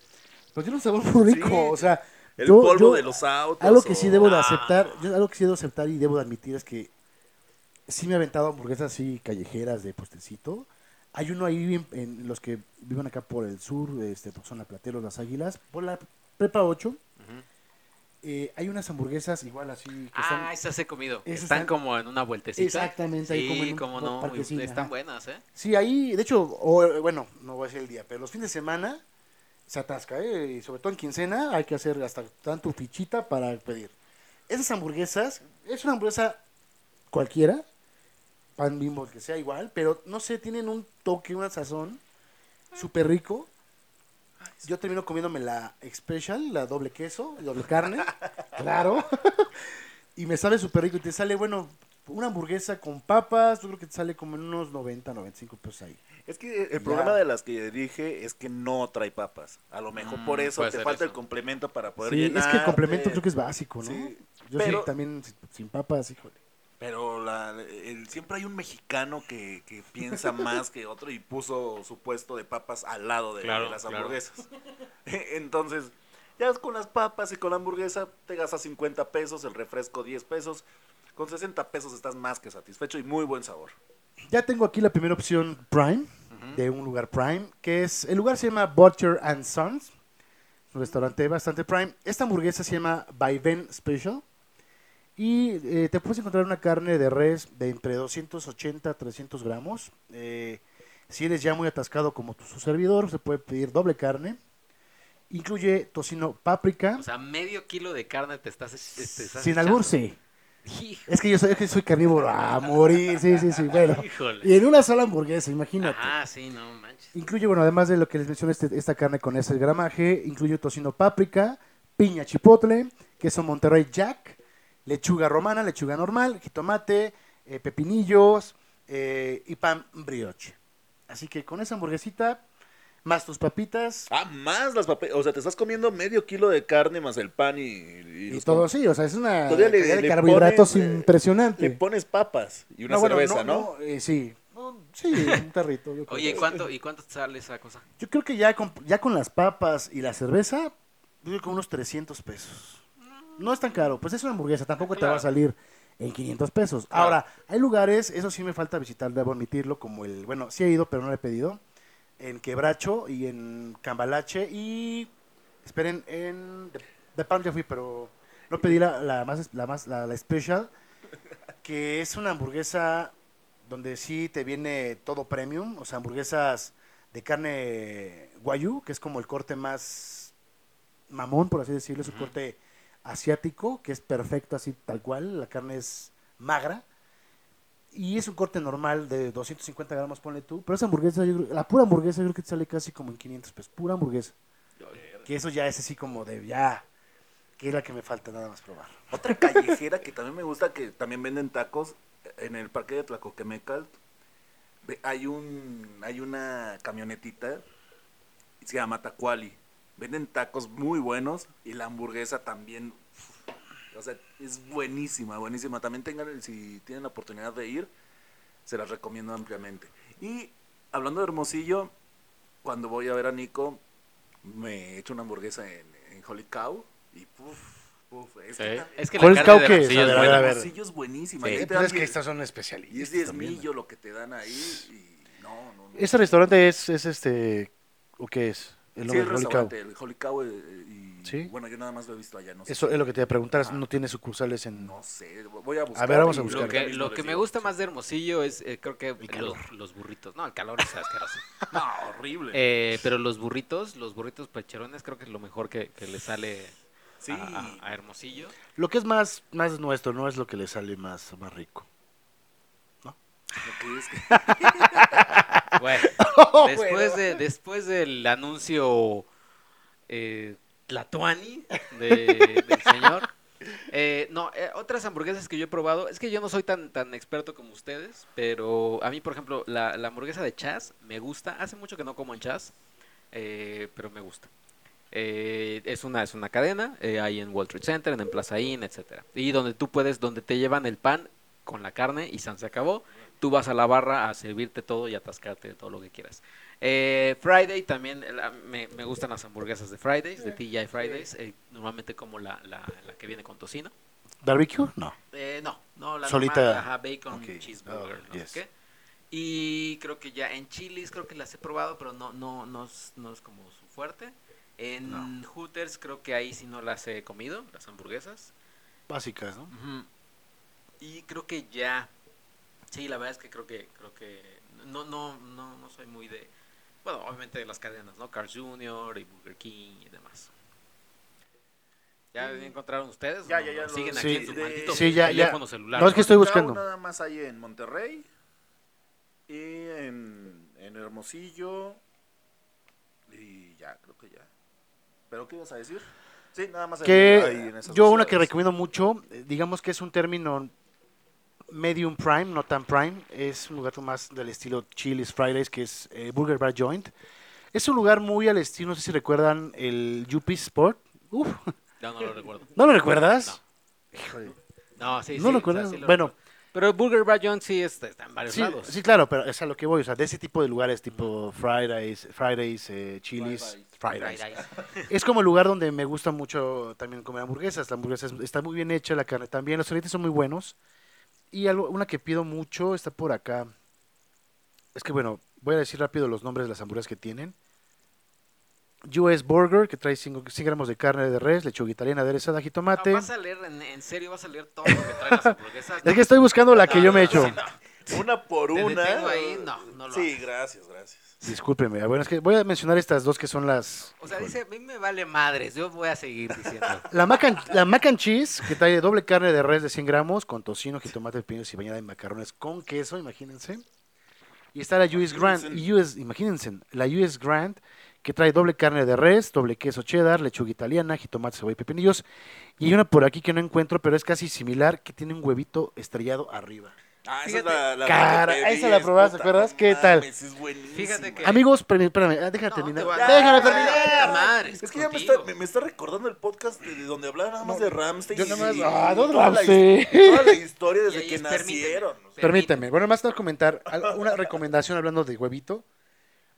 Speaker 4: pero tiene un sabor muy rico,
Speaker 2: Sí.
Speaker 4: o sea...
Speaker 2: el
Speaker 4: yo-
Speaker 2: polvo
Speaker 4: yo-
Speaker 2: de los autos.
Speaker 4: Algo que
Speaker 2: o-
Speaker 4: sí debo de
Speaker 2: Ah,
Speaker 4: aceptar, yo algo que sí debo aceptar y debo de admitir es que sí me he aventado hamburguesas así callejeras de postecito. Hay uno ahí en, en los que viven acá por el sur, este, por zona Plateros, Las Águilas, por la Prepa 8. eh, hay unas hamburguesas igual así. Que
Speaker 1: Ah,
Speaker 4: están-
Speaker 1: esas he comido.
Speaker 4: esas
Speaker 1: Están,
Speaker 4: están-
Speaker 1: como en una vueltecita.
Speaker 4: Exactamente, ahí
Speaker 1: Sí,
Speaker 4: como en un
Speaker 1: cómo no. muy-
Speaker 4: parquecín,
Speaker 1: Están
Speaker 4: ajá.
Speaker 1: buenas, ¿eh?
Speaker 4: Sí, ahí, de hecho, o, eh, bueno, no voy a decir el día, pero los fines de semana se atasca, ¿eh? Y sobre todo en quincena hay que hacer hasta tanto fichita para pedir. Esas hamburguesas, es una hamburguesa cualquiera, pan bimbo que sea igual, pero no sé, tienen un toque, una sazón súper rico. Yo termino comiéndome la special, la doble queso, doble carne, claro. y me sale súper rico y te sale, bueno, una hamburguesa con papas, yo creo que te sale como en unos 90, 95 pesos ahí.
Speaker 2: Es que el
Speaker 4: Ya.
Speaker 2: problema de las que dije es que no trae papas. A lo mejor
Speaker 1: Mm,
Speaker 2: por eso
Speaker 1: puede
Speaker 2: te
Speaker 1: ser
Speaker 2: falta el
Speaker 1: eso.
Speaker 2: complemento para poder
Speaker 4: Sí, es que el
Speaker 2: llenarte.
Speaker 4: complemento creo que es básico, ¿no?
Speaker 2: Sí,
Speaker 4: Yo
Speaker 2: pero-
Speaker 4: sí, también sin- sin papas, híjole.
Speaker 2: Pero la- el- siempre hay un mexicano que, que piensa más que otro y puso su puesto de papas al lado de,
Speaker 1: Claro,
Speaker 2: de las
Speaker 1: claro.
Speaker 2: hamburguesas. Entonces, ya con las papas y con la hamburguesa te gastas 50 pesos, el refresco 10 pesos. Con 60 pesos estás más que satisfecho y muy buen sabor.
Speaker 4: Ya tengo aquí la primera opción Prime, de un lugar Prime, que es, el lugar se llama Butcher and Sons, un restaurante bastante Prime. Esta hamburguesa se llama Vaivén Special y eh, te puedes encontrar una carne de res de entre 280 a 300 gramos. Eh, si eres ya muy atascado como tu, su servidor, se puede pedir doble carne. Incluye tocino páprica,
Speaker 1: O sea, medio kilo de carne te estás. te
Speaker 2: este,
Speaker 1: estás
Speaker 4: sin
Speaker 1: echando.
Speaker 4: albur, sí.
Speaker 1: Hijo-
Speaker 4: Es que yo soy, es que soy carnívoro a morir, sí, sí, sí, bueno.
Speaker 1: Híjole.
Speaker 4: Y en una sola hamburguesa, imagínate.
Speaker 1: Ah, sí, no manches.
Speaker 4: Incluye, bueno, además de lo que les mencioné, este- esta carne con ese gramaje, incluye tocino páprica, piña chipotle, queso Monterrey Jack, lechuga romana, lechuga normal, jitomate, eh, pepinillos eh, y pan brioche. Así que con esa hamburguesita, más tus papitas
Speaker 2: Ah, más las papas. O sea, te estás comiendo medio kilo de carne más el pan y, y
Speaker 4: y
Speaker 2: los
Speaker 4: todo así, o sea, es una
Speaker 2: Todavía le-
Speaker 4: cantidad Ah, de
Speaker 2: le
Speaker 4: carbohidratos
Speaker 2: pones, eh,
Speaker 4: impresionante.
Speaker 2: Le pones papas y una
Speaker 4: No, bueno,
Speaker 2: cerveza, ¿no?
Speaker 4: eh, sí, No, sí, un tarrito. yo creo.
Speaker 1: Oye, ¿y cuánto, ¿y cuánto te sale esa cosa?
Speaker 4: Yo creo que ya con, ya con las papas y la cerveza, yo creo que unos 300 pesos. No es tan caro, pues es una hamburguesa, tampoco te va a
Speaker 1: Claro.
Speaker 4: salir en 500 pesos.
Speaker 1: Claro.
Speaker 4: Ahora, hay lugares, eso sí me falta visitar, debo admitirlo, como el, bueno, sí he ido, pero no lo he pedido, en Quebracho y en Cambalache y, esperen, en De, de Palm ya fui, pero no pedí la, la más, la más, la, la special, que es una hamburguesa donde sí te viene todo premium, o sea, hamburguesas de carne guayú, que es como el corte más mamón, por así decirlo, es un corte asiático, que es perfecto así tal cual, la carne es magra, y es un corte normal de 250 gramos, ponle tú, pero esa hamburguesa, yo creo- la pura hamburguesa yo creo que te sale casi como en 500 pesos, pura hamburguesa, que eso ya es así como de ya, que es la que me falta nada más probar.
Speaker 2: Otra callejera que también me gusta, que también venden tacos, en el parque de Tlacoquemecal, ve- hay un hay una camionetita, se llama Tacuali. Venden tacos muy buenos y la hamburguesa también, uf, o sea, es buenísima, buenísima. También tengan, el- si tienen la oportunidad de ir, se las recomiendo ampliamente. Y hablando de Hermosillo, cuando voy a ver a Nico, me echo una hamburguesa en, en Holy Cow y puff, puff, es que
Speaker 1: Sí.
Speaker 2: tam-
Speaker 1: Es que
Speaker 4: ¿Cuál
Speaker 1: la
Speaker 4: es
Speaker 1: carne de
Speaker 4: cauque?
Speaker 1: Hermosillo
Speaker 4: A
Speaker 1: es
Speaker 4: ver, a
Speaker 1: buena.
Speaker 4: ver, a ver.
Speaker 2: Hermosillo es buenísima.
Speaker 1: Sí.
Speaker 2: ahí te
Speaker 5: Pues
Speaker 2: dan
Speaker 5: es que
Speaker 2: diez-
Speaker 5: estas son
Speaker 2: y es
Speaker 4: este
Speaker 5: especialistas. también,
Speaker 2: diezmillo lo que te dan ahí y no, no, no.
Speaker 5: Ese restaurante es, es este. ¿O qué es? El
Speaker 2: sí,
Speaker 5: nombre
Speaker 2: el
Speaker 5: de Holy Cow.
Speaker 2: restaurante, el Holy Cow, eh, y
Speaker 5: Sí.
Speaker 2: bueno, yo nada más lo he visto allá, no sé.
Speaker 5: Eso es lo que te
Speaker 4: Ah.
Speaker 5: preguntas. No tiene sucursales en.
Speaker 2: No sé, voy a buscar.
Speaker 5: A ver, vamos a
Speaker 2: y
Speaker 5: buscar.
Speaker 1: Lo
Speaker 2: ahorita
Speaker 1: que,
Speaker 2: mismo
Speaker 1: lo
Speaker 2: les
Speaker 1: que me
Speaker 2: digo.
Speaker 1: gusta más de Hermosillo es, eh, creo que
Speaker 5: calor.
Speaker 1: los, los burritos. No, el calor es asqueroso.
Speaker 2: No, horrible.
Speaker 1: Eh, pero los burritos, los burritos pecherones, creo que es lo mejor que, que le sale
Speaker 2: sí.
Speaker 1: a, a- a Hermosillo.
Speaker 5: Lo que es más, más nuestro, no es lo que le sale más, más rico.
Speaker 2: lo que es que-
Speaker 1: Bueno, después, de, después del anuncio eh, Tlatuani de- del señor. eh, no, eh, otras hamburguesas que yo he probado, es que yo no soy tan, tan experto como ustedes, pero a mí, por ejemplo, la, la hamburguesa de Chas me gusta. Hace mucho que no como en Chas, eh, pero me gusta. Eh, es una es una cadena eh, ahí en Wall Street Center, en Plaza Inn, etcétera. Y donde tú puedes, donde te llevan el pan con la carne y san se acabó. Tú vas a la barra a servirte todo y atascarte de todo lo que quieras. Eh, Friday también eh, la- me, me gustan las hamburguesas de Fridays, de TGI Fridays. eh, normalmente como la, la, la que viene con tocino.
Speaker 5: ¿Barbecue? No.
Speaker 1: Eh, no, no, la
Speaker 5: Solita.
Speaker 1: normal, ajá, bacon
Speaker 5: Ok,
Speaker 1: cheeseburger,
Speaker 5: ah,
Speaker 1: no sé
Speaker 5: yes.
Speaker 1: qué. Y creo que ya en chilis creo que las he probado, pero no no no es, no es como su fuerte. En Hooters creo que ahí sí no las he comido, las hamburguesas.
Speaker 4: Básicas, ¿no?
Speaker 1: Ujú. Y creo que ya. Sí, la verdad es que creo que creo que no no no no soy muy de bueno, obviamente de las cadenas, ¿no? Carl Jr. y Burger King y demás. ¿Ya encontraron ustedes?
Speaker 2: Ya,
Speaker 1: ¿O no?
Speaker 2: ya, ya, lo-
Speaker 1: Siguen
Speaker 2: sí,
Speaker 1: aquí en su
Speaker 2: de-
Speaker 1: maldito
Speaker 4: sí, ya, ya.
Speaker 1: teléfono celular.
Speaker 4: No, es que estoy
Speaker 2: Cao
Speaker 4: buscando.
Speaker 2: Nada más hay en Monterrey y en, en Hermosillo. Y ya, creo que ya. ¿Pero qué ibas a decir? Sí, nada más
Speaker 4: que
Speaker 2: ahí en esas
Speaker 4: yo
Speaker 2: dos
Speaker 4: una que
Speaker 2: ciudades.
Speaker 4: recomiendo mucho, eh, digamos que es un término medium prime, no tan prime, es un lugar más del estilo Chili's Fridays, que es eh, Burger Bar Joint. Es un lugar muy al estilo, no sé si recuerdan el UP Sport. Uf,
Speaker 1: No, no lo recuerdo.
Speaker 4: ¿No lo recuerdas?
Speaker 2: Híjole.
Speaker 1: No, sí, sí,
Speaker 4: no
Speaker 1: o
Speaker 4: lo
Speaker 1: sea,
Speaker 4: recuerdas.
Speaker 1: sí lo
Speaker 4: bueno,
Speaker 1: recuerdo. pero Burger Bar John sí está, está en varios
Speaker 4: sí,
Speaker 1: lados.
Speaker 4: sí, claro, pero es a lo que voy, o sea, de ese tipo de lugares tipo Fridays, Fridays, eh, Chili's, Fridays.
Speaker 1: Fried rice.
Speaker 4: Es como el lugar donde me gusta mucho también comer hamburguesas. La hamburguesa es- está muy bien hecha, la carne también. Los filetes son muy buenos. Y algo, una que pido mucho está por acá. Es que bueno, voy a decir rápido los nombres de las hamburguesas que tienen. US Burger, que trae 5 gramos de carne de res, lechuga italiana aderezada,
Speaker 1: Ah,
Speaker 4: jitomate.
Speaker 1: vas a leer, en, en serio, vas a leer todo lo que traen las hamburguesas.
Speaker 4: es que estoy buscando la que
Speaker 1: No,
Speaker 4: yo
Speaker 1: no,
Speaker 4: me he
Speaker 1: Ah, no,
Speaker 4: hecho.
Speaker 1: sí, no.
Speaker 2: Una por
Speaker 1: Te
Speaker 2: una.
Speaker 1: detengo ahí, no, no lo
Speaker 2: Sí,
Speaker 1: hagas.
Speaker 2: gracias, gracias.
Speaker 4: Discúlpeme. Ah, Bueno, es que voy a mencionar estas dos que son las...
Speaker 1: O sea, dice, a mí me vale madres, yo voy a seguir diciendo.
Speaker 4: La mac, and, la mac and cheese, que trae doble carne de res de 100 gramos, con tocino, jitomate, pinos y bañada en macarrones con queso, imagínense. Y está la US Grant, y US, imagínense, la US Grant, que trae doble carne de res, doble queso cheddar, lechuga italiana, jitomate, cebolla y pepinillos. Y hay una por aquí que no encuentro, pero es casi similar, que tiene un huevito estrellado arriba.
Speaker 2: Ah,
Speaker 1: Fíjate-
Speaker 2: la, la
Speaker 4: Cara,
Speaker 2: que pedí,
Speaker 4: esa la
Speaker 2: es
Speaker 4: probaste,
Speaker 2: puta,
Speaker 4: ¿acuerdas?
Speaker 2: no
Speaker 4: ¿Qué
Speaker 2: mames,
Speaker 4: tal?
Speaker 2: Es buenísima.
Speaker 1: Fíjate que-
Speaker 4: Amigos, permí- espérame, ah, déjame
Speaker 1: No, te
Speaker 4: terminar.
Speaker 1: va-
Speaker 2: Ya,
Speaker 4: Déjame
Speaker 2: ya,
Speaker 4: terminar.
Speaker 2: ya, ya,
Speaker 1: Madre,
Speaker 2: Es que ya me
Speaker 1: contigo.
Speaker 2: está, me, me está recordando el podcast de, de donde hablaba nada más de Ramstein.
Speaker 5: yo nada más-
Speaker 2: y-
Speaker 4: ah,
Speaker 2: y
Speaker 4: no,
Speaker 2: toda la his-
Speaker 4: Rammstein.
Speaker 2: Toda la historia
Speaker 1: Y
Speaker 2: desde
Speaker 1: ahí
Speaker 2: que
Speaker 1: es, permíteme.
Speaker 2: nacieron.
Speaker 4: Permíteme, bueno, más a comentar al- una recomendación hablando de huevito.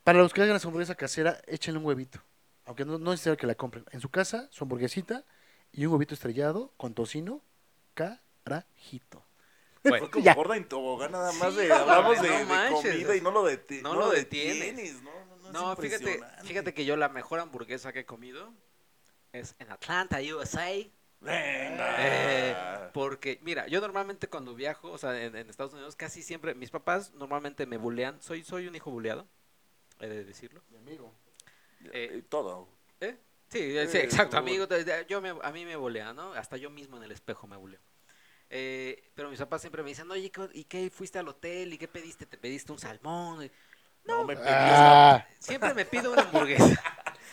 Speaker 4: Para los que hagan su hamburguesa casera, échenle un huevito. Aunque no, no es necesario que la compren. En su casa, su hamburguesita y un huevito estrellado con tocino, carajito.
Speaker 2: Fue
Speaker 1: Bueno,
Speaker 2: como
Speaker 4: Ya.
Speaker 2: gorda en tobogán nada más
Speaker 1: Sí,
Speaker 2: de
Speaker 1: no,
Speaker 2: hablamos
Speaker 1: no
Speaker 2: de, de
Speaker 1: manches.
Speaker 2: comida y no lo, deti-
Speaker 1: No lo detienes.
Speaker 2: detienes, No, no, no,
Speaker 1: no,
Speaker 2: es
Speaker 1: fíjate,
Speaker 2: impresionante.
Speaker 1: fíjate que yo la mejor hamburguesa que he comido es en Atlanta, USA. Eh,
Speaker 2: Venga.
Speaker 1: porque, mira, yo normalmente cuando viajo, o sea, en, en Estados Unidos, casi siempre, mis papás normalmente me bulean. Soy, soy un hijo buleado, he de decirlo. eh,
Speaker 2: Eh, todo.
Speaker 1: ¿Eh? Sí, eh, sí,
Speaker 2: Eh,
Speaker 1: exacto,
Speaker 2: seguro.
Speaker 1: amigo. te- te- Yo me- a mí me bolea, ¿no? Hasta yo mismo en el espejo me boleo. Eh, pero mis papás siempre me dicen, oye, ¿qué- ¿y qué fuiste al hotel? ¿Y qué pediste? ¿Te pediste un salmón? Y
Speaker 2: No, me pedí
Speaker 4: Ah,
Speaker 1: Siempre me pido una hamburguesa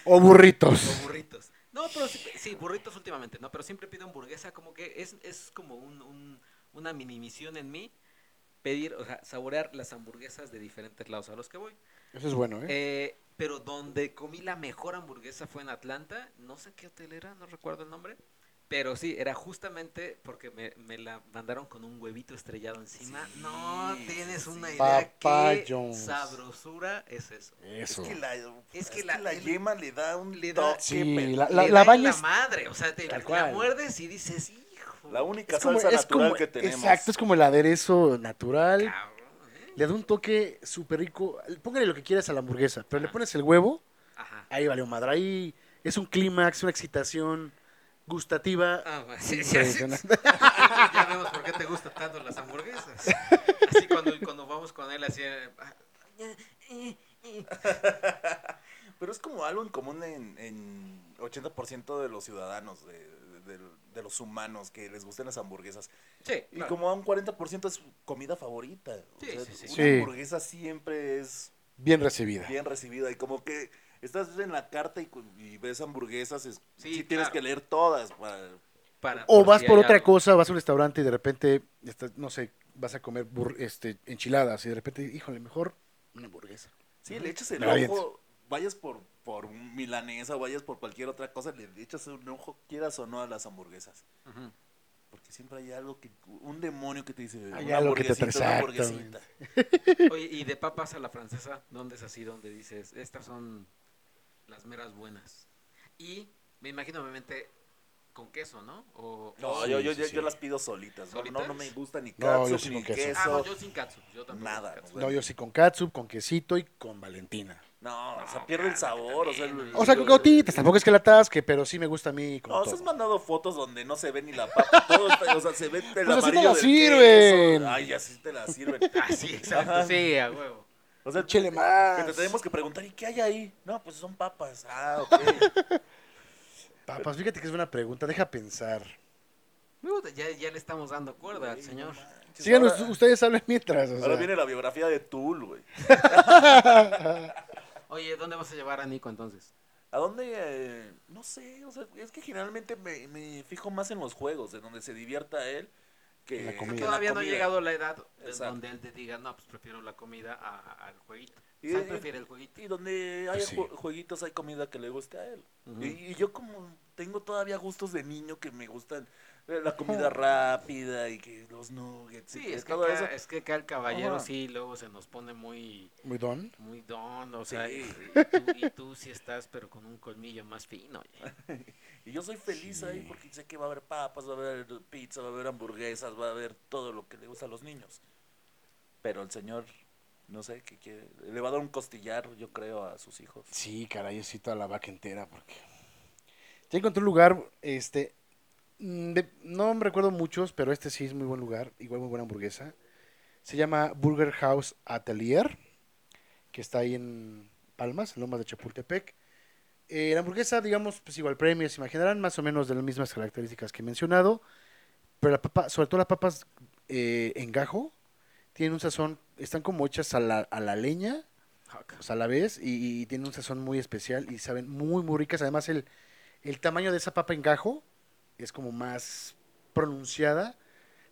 Speaker 4: o
Speaker 1: o
Speaker 4: burritos.
Speaker 1: burritos. No, pero sí, sí, burritos últimamente, ¿no? Pero siempre pido hamburguesa, como que es, es como un- un- una mini misión en mí pedir, o sea, saborear las hamburguesas de diferentes lados a los que voy.
Speaker 4: Eso es bueno, ¿eh?
Speaker 1: Eh, pero donde comí la mejor hamburguesa fue en Atlanta. No sé qué hotel era, no recuerdo el nombre. Pero sí, era justamente porque me, me la mandaron con un huevito estrellado encima. no tienes una idea qué
Speaker 4: Papayón.
Speaker 1: sabrosura es eso.
Speaker 4: Eso.
Speaker 2: Es que la,
Speaker 1: Es
Speaker 2: es
Speaker 1: que
Speaker 2: que
Speaker 1: la-
Speaker 2: la
Speaker 1: el-
Speaker 2: yema le da un
Speaker 1: le da-
Speaker 2: toque.
Speaker 4: Sí,
Speaker 2: pero-
Speaker 4: la,
Speaker 1: Le
Speaker 4: la,
Speaker 1: da
Speaker 4: la
Speaker 1: en
Speaker 4: bañas.
Speaker 1: madre, o sea, te
Speaker 4: Tal
Speaker 1: la
Speaker 4: cual.
Speaker 1: muerdes y dices, hijo.
Speaker 2: La única
Speaker 4: Es como,
Speaker 2: salsa
Speaker 4: es
Speaker 2: natural
Speaker 4: como-
Speaker 2: que tenemos.
Speaker 4: exacto, es como el aderezo natural.
Speaker 1: cabrón, ¿eh?".
Speaker 4: Le da un toque súper rico. Póngale lo que quieras a la hamburguesa, pero le pones el huevo
Speaker 1: Ajá.
Speaker 4: Ahí valió madre. Ahí es un clímax, una excitación gustativa.
Speaker 1: Ah, bueno, sí, sí, sí, sí.
Speaker 4: impresionante.
Speaker 1: ya vemos por qué te gustan tanto las hamburguesas. Así cuando, cuando vamos con él, así. eh, ah, eh, eh, eh.
Speaker 2: Pero es como algo en común en, en 80% de los ciudadanos, de, de- de los humanos que les gustan las hamburguesas.
Speaker 1: Sí,
Speaker 2: Y
Speaker 1: claro.
Speaker 2: como a un 40% es su comida favorita. O
Speaker 1: Sí,
Speaker 2: sea,
Speaker 1: sí, sí.
Speaker 2: Una
Speaker 4: Sí.
Speaker 2: hamburguesa siempre es
Speaker 4: Bien recibida.
Speaker 2: bien recibida. Y como que estás en la carta y, cu- y ves hamburguesas, es- sí,
Speaker 1: Sí,
Speaker 2: tienes
Speaker 1: claro.
Speaker 2: que leer todas. para-
Speaker 1: Para-
Speaker 4: O vas
Speaker 1: si
Speaker 4: por
Speaker 1: hay
Speaker 4: otra
Speaker 1: algo.
Speaker 4: cosa, vas a un restaurante y de repente, estás, no sé, vas a comer burr- este, enchiladas y de repente, híjole, mejor una hamburguesa.
Speaker 2: Sí, le echas el
Speaker 4: Me aviento.
Speaker 2: ojo, vayas por, por un milanesa, vayas por cualquier otra cosa, le echas un ojo, quieras o no, a las hamburguesas.
Speaker 1: Ujú.
Speaker 2: Porque siempre hay algo que, un demonio que te dice,
Speaker 4: Hay
Speaker 2: una
Speaker 4: algo que te
Speaker 2: hamburguesita, una
Speaker 4: atrae, exacto.
Speaker 2: hamburguesita.
Speaker 1: Oye, y de papas a la francesa, ¿dónde es así? Donde dices, estas son las meras buenas. Y me imagino, obviamente, con queso, ¿no? O,
Speaker 2: No,
Speaker 1: o-
Speaker 2: yo,
Speaker 4: Sí,
Speaker 2: yo,
Speaker 4: sí,
Speaker 2: yo,
Speaker 4: sí.
Speaker 2: yo las pido solitas. No, no,
Speaker 1: ¿Solitas?
Speaker 2: no me gusta ni
Speaker 4: No, yo
Speaker 2: catsup,
Speaker 4: sí
Speaker 2: ni
Speaker 4: con queso.
Speaker 2: queso.
Speaker 1: Ah, no, yo sin katsu. Yo tampoco
Speaker 2: Nada,
Speaker 1: sin katsu.
Speaker 2: güey.
Speaker 4: No, yo sí con katsup, con quesito y con Valentina.
Speaker 2: No, o sea, pierde el sabor. O sea, el-
Speaker 4: O sea, con gotitas, tampoco es que la atasque, pero sí me gusta a mí. Con
Speaker 2: No, o
Speaker 4: todo.
Speaker 2: sea, has mandado fotos donde no se ve ni la papa. Todo está, o sea, se ve el
Speaker 4: Pues así te
Speaker 2: amarillo
Speaker 4: la
Speaker 2: del
Speaker 4: sirven.
Speaker 2: queso. Ay, así te la sirven.
Speaker 1: Así, exacto.
Speaker 2: Ajá.
Speaker 1: Ah, Sí, a huevo.
Speaker 2: O sea,
Speaker 4: Échele
Speaker 2: que te
Speaker 4: más.
Speaker 2: tenemos que preguntar, ¿y qué hay ahí? No, pues son papas. Ah, ok.
Speaker 4: Papas, fíjate que es buena pregunta, deja pensar.
Speaker 1: Luego te- pues, Ya, ya le estamos dando cuerda al señor.
Speaker 4: Síganos,
Speaker 2: Ahora-
Speaker 4: ustedes hablen mientras. o
Speaker 2: Ahora
Speaker 4: sea.
Speaker 2: viene la biografía de Tool, güey.
Speaker 1: Oye, ¿dónde vas a llevar a Nico entonces?
Speaker 2: ¿A dónde? eh, no sé, o sea, es que generalmente me, me fijo más en los juegos, en donde se divierta él que
Speaker 4: En la
Speaker 2: que
Speaker 4: comida.
Speaker 2: en la
Speaker 1: Todavía no ha
Speaker 2: comida.
Speaker 1: llegado a la edad en
Speaker 2: Exacto.
Speaker 1: donde él te diga, no, pues prefiero la comida a- al jueguito.
Speaker 2: Y-
Speaker 1: Sam prefiere el jueguito.
Speaker 2: Y donde hay
Speaker 4: Pues sí.
Speaker 2: jue- jueguitos, hay comida que le guste a él.
Speaker 1: Ujú.
Speaker 2: y, y yo como tengo todavía gustos de niño que me gustan eh, la comida rápida y que los nuggets y
Speaker 1: Sí, es que,
Speaker 2: todo
Speaker 1: acá,
Speaker 2: eso.
Speaker 1: es que acá el caballero
Speaker 2: Ajá.
Speaker 1: sí luego se nos pone muy,
Speaker 4: Muy don.
Speaker 1: muy don, o sea,
Speaker 2: Sí.
Speaker 1: y, tú, y tú sí estás, pero con un colmillo más fino. oye.
Speaker 2: Y yo soy feliz ahí porque sé que va a haber papas, va a haber pizza, va a haber hamburguesas, va a haber todo lo que le gusta a los niños. Pero el señor, no sé, que quiere, le va a dar un costillar, yo creo, a sus hijos.
Speaker 4: Sí, caray, sí, toda la vaca entera, porque... Ya encontré un lugar, este... mm, de- no me recuerdo muchos, pero este sí es muy buen lugar, igual muy buena hamburguesa. Se llama Burger House Atelier, que está ahí en Palmas, en Lomas de Chapultepec. Eh, la hamburguesa, digamos, pues igual premio, se imaginarán, más o menos de las mismas características que he mencionado, pero la papa, sobre todo las papas eh, en gajo, tienen un sazón, están como hechas a la, a la leña, o sea, pues, a la vez y, y tiene un sazón muy especial y saben muy, muy ricas. Además, el, el tamaño de esa papa en gajo es como más pronunciada.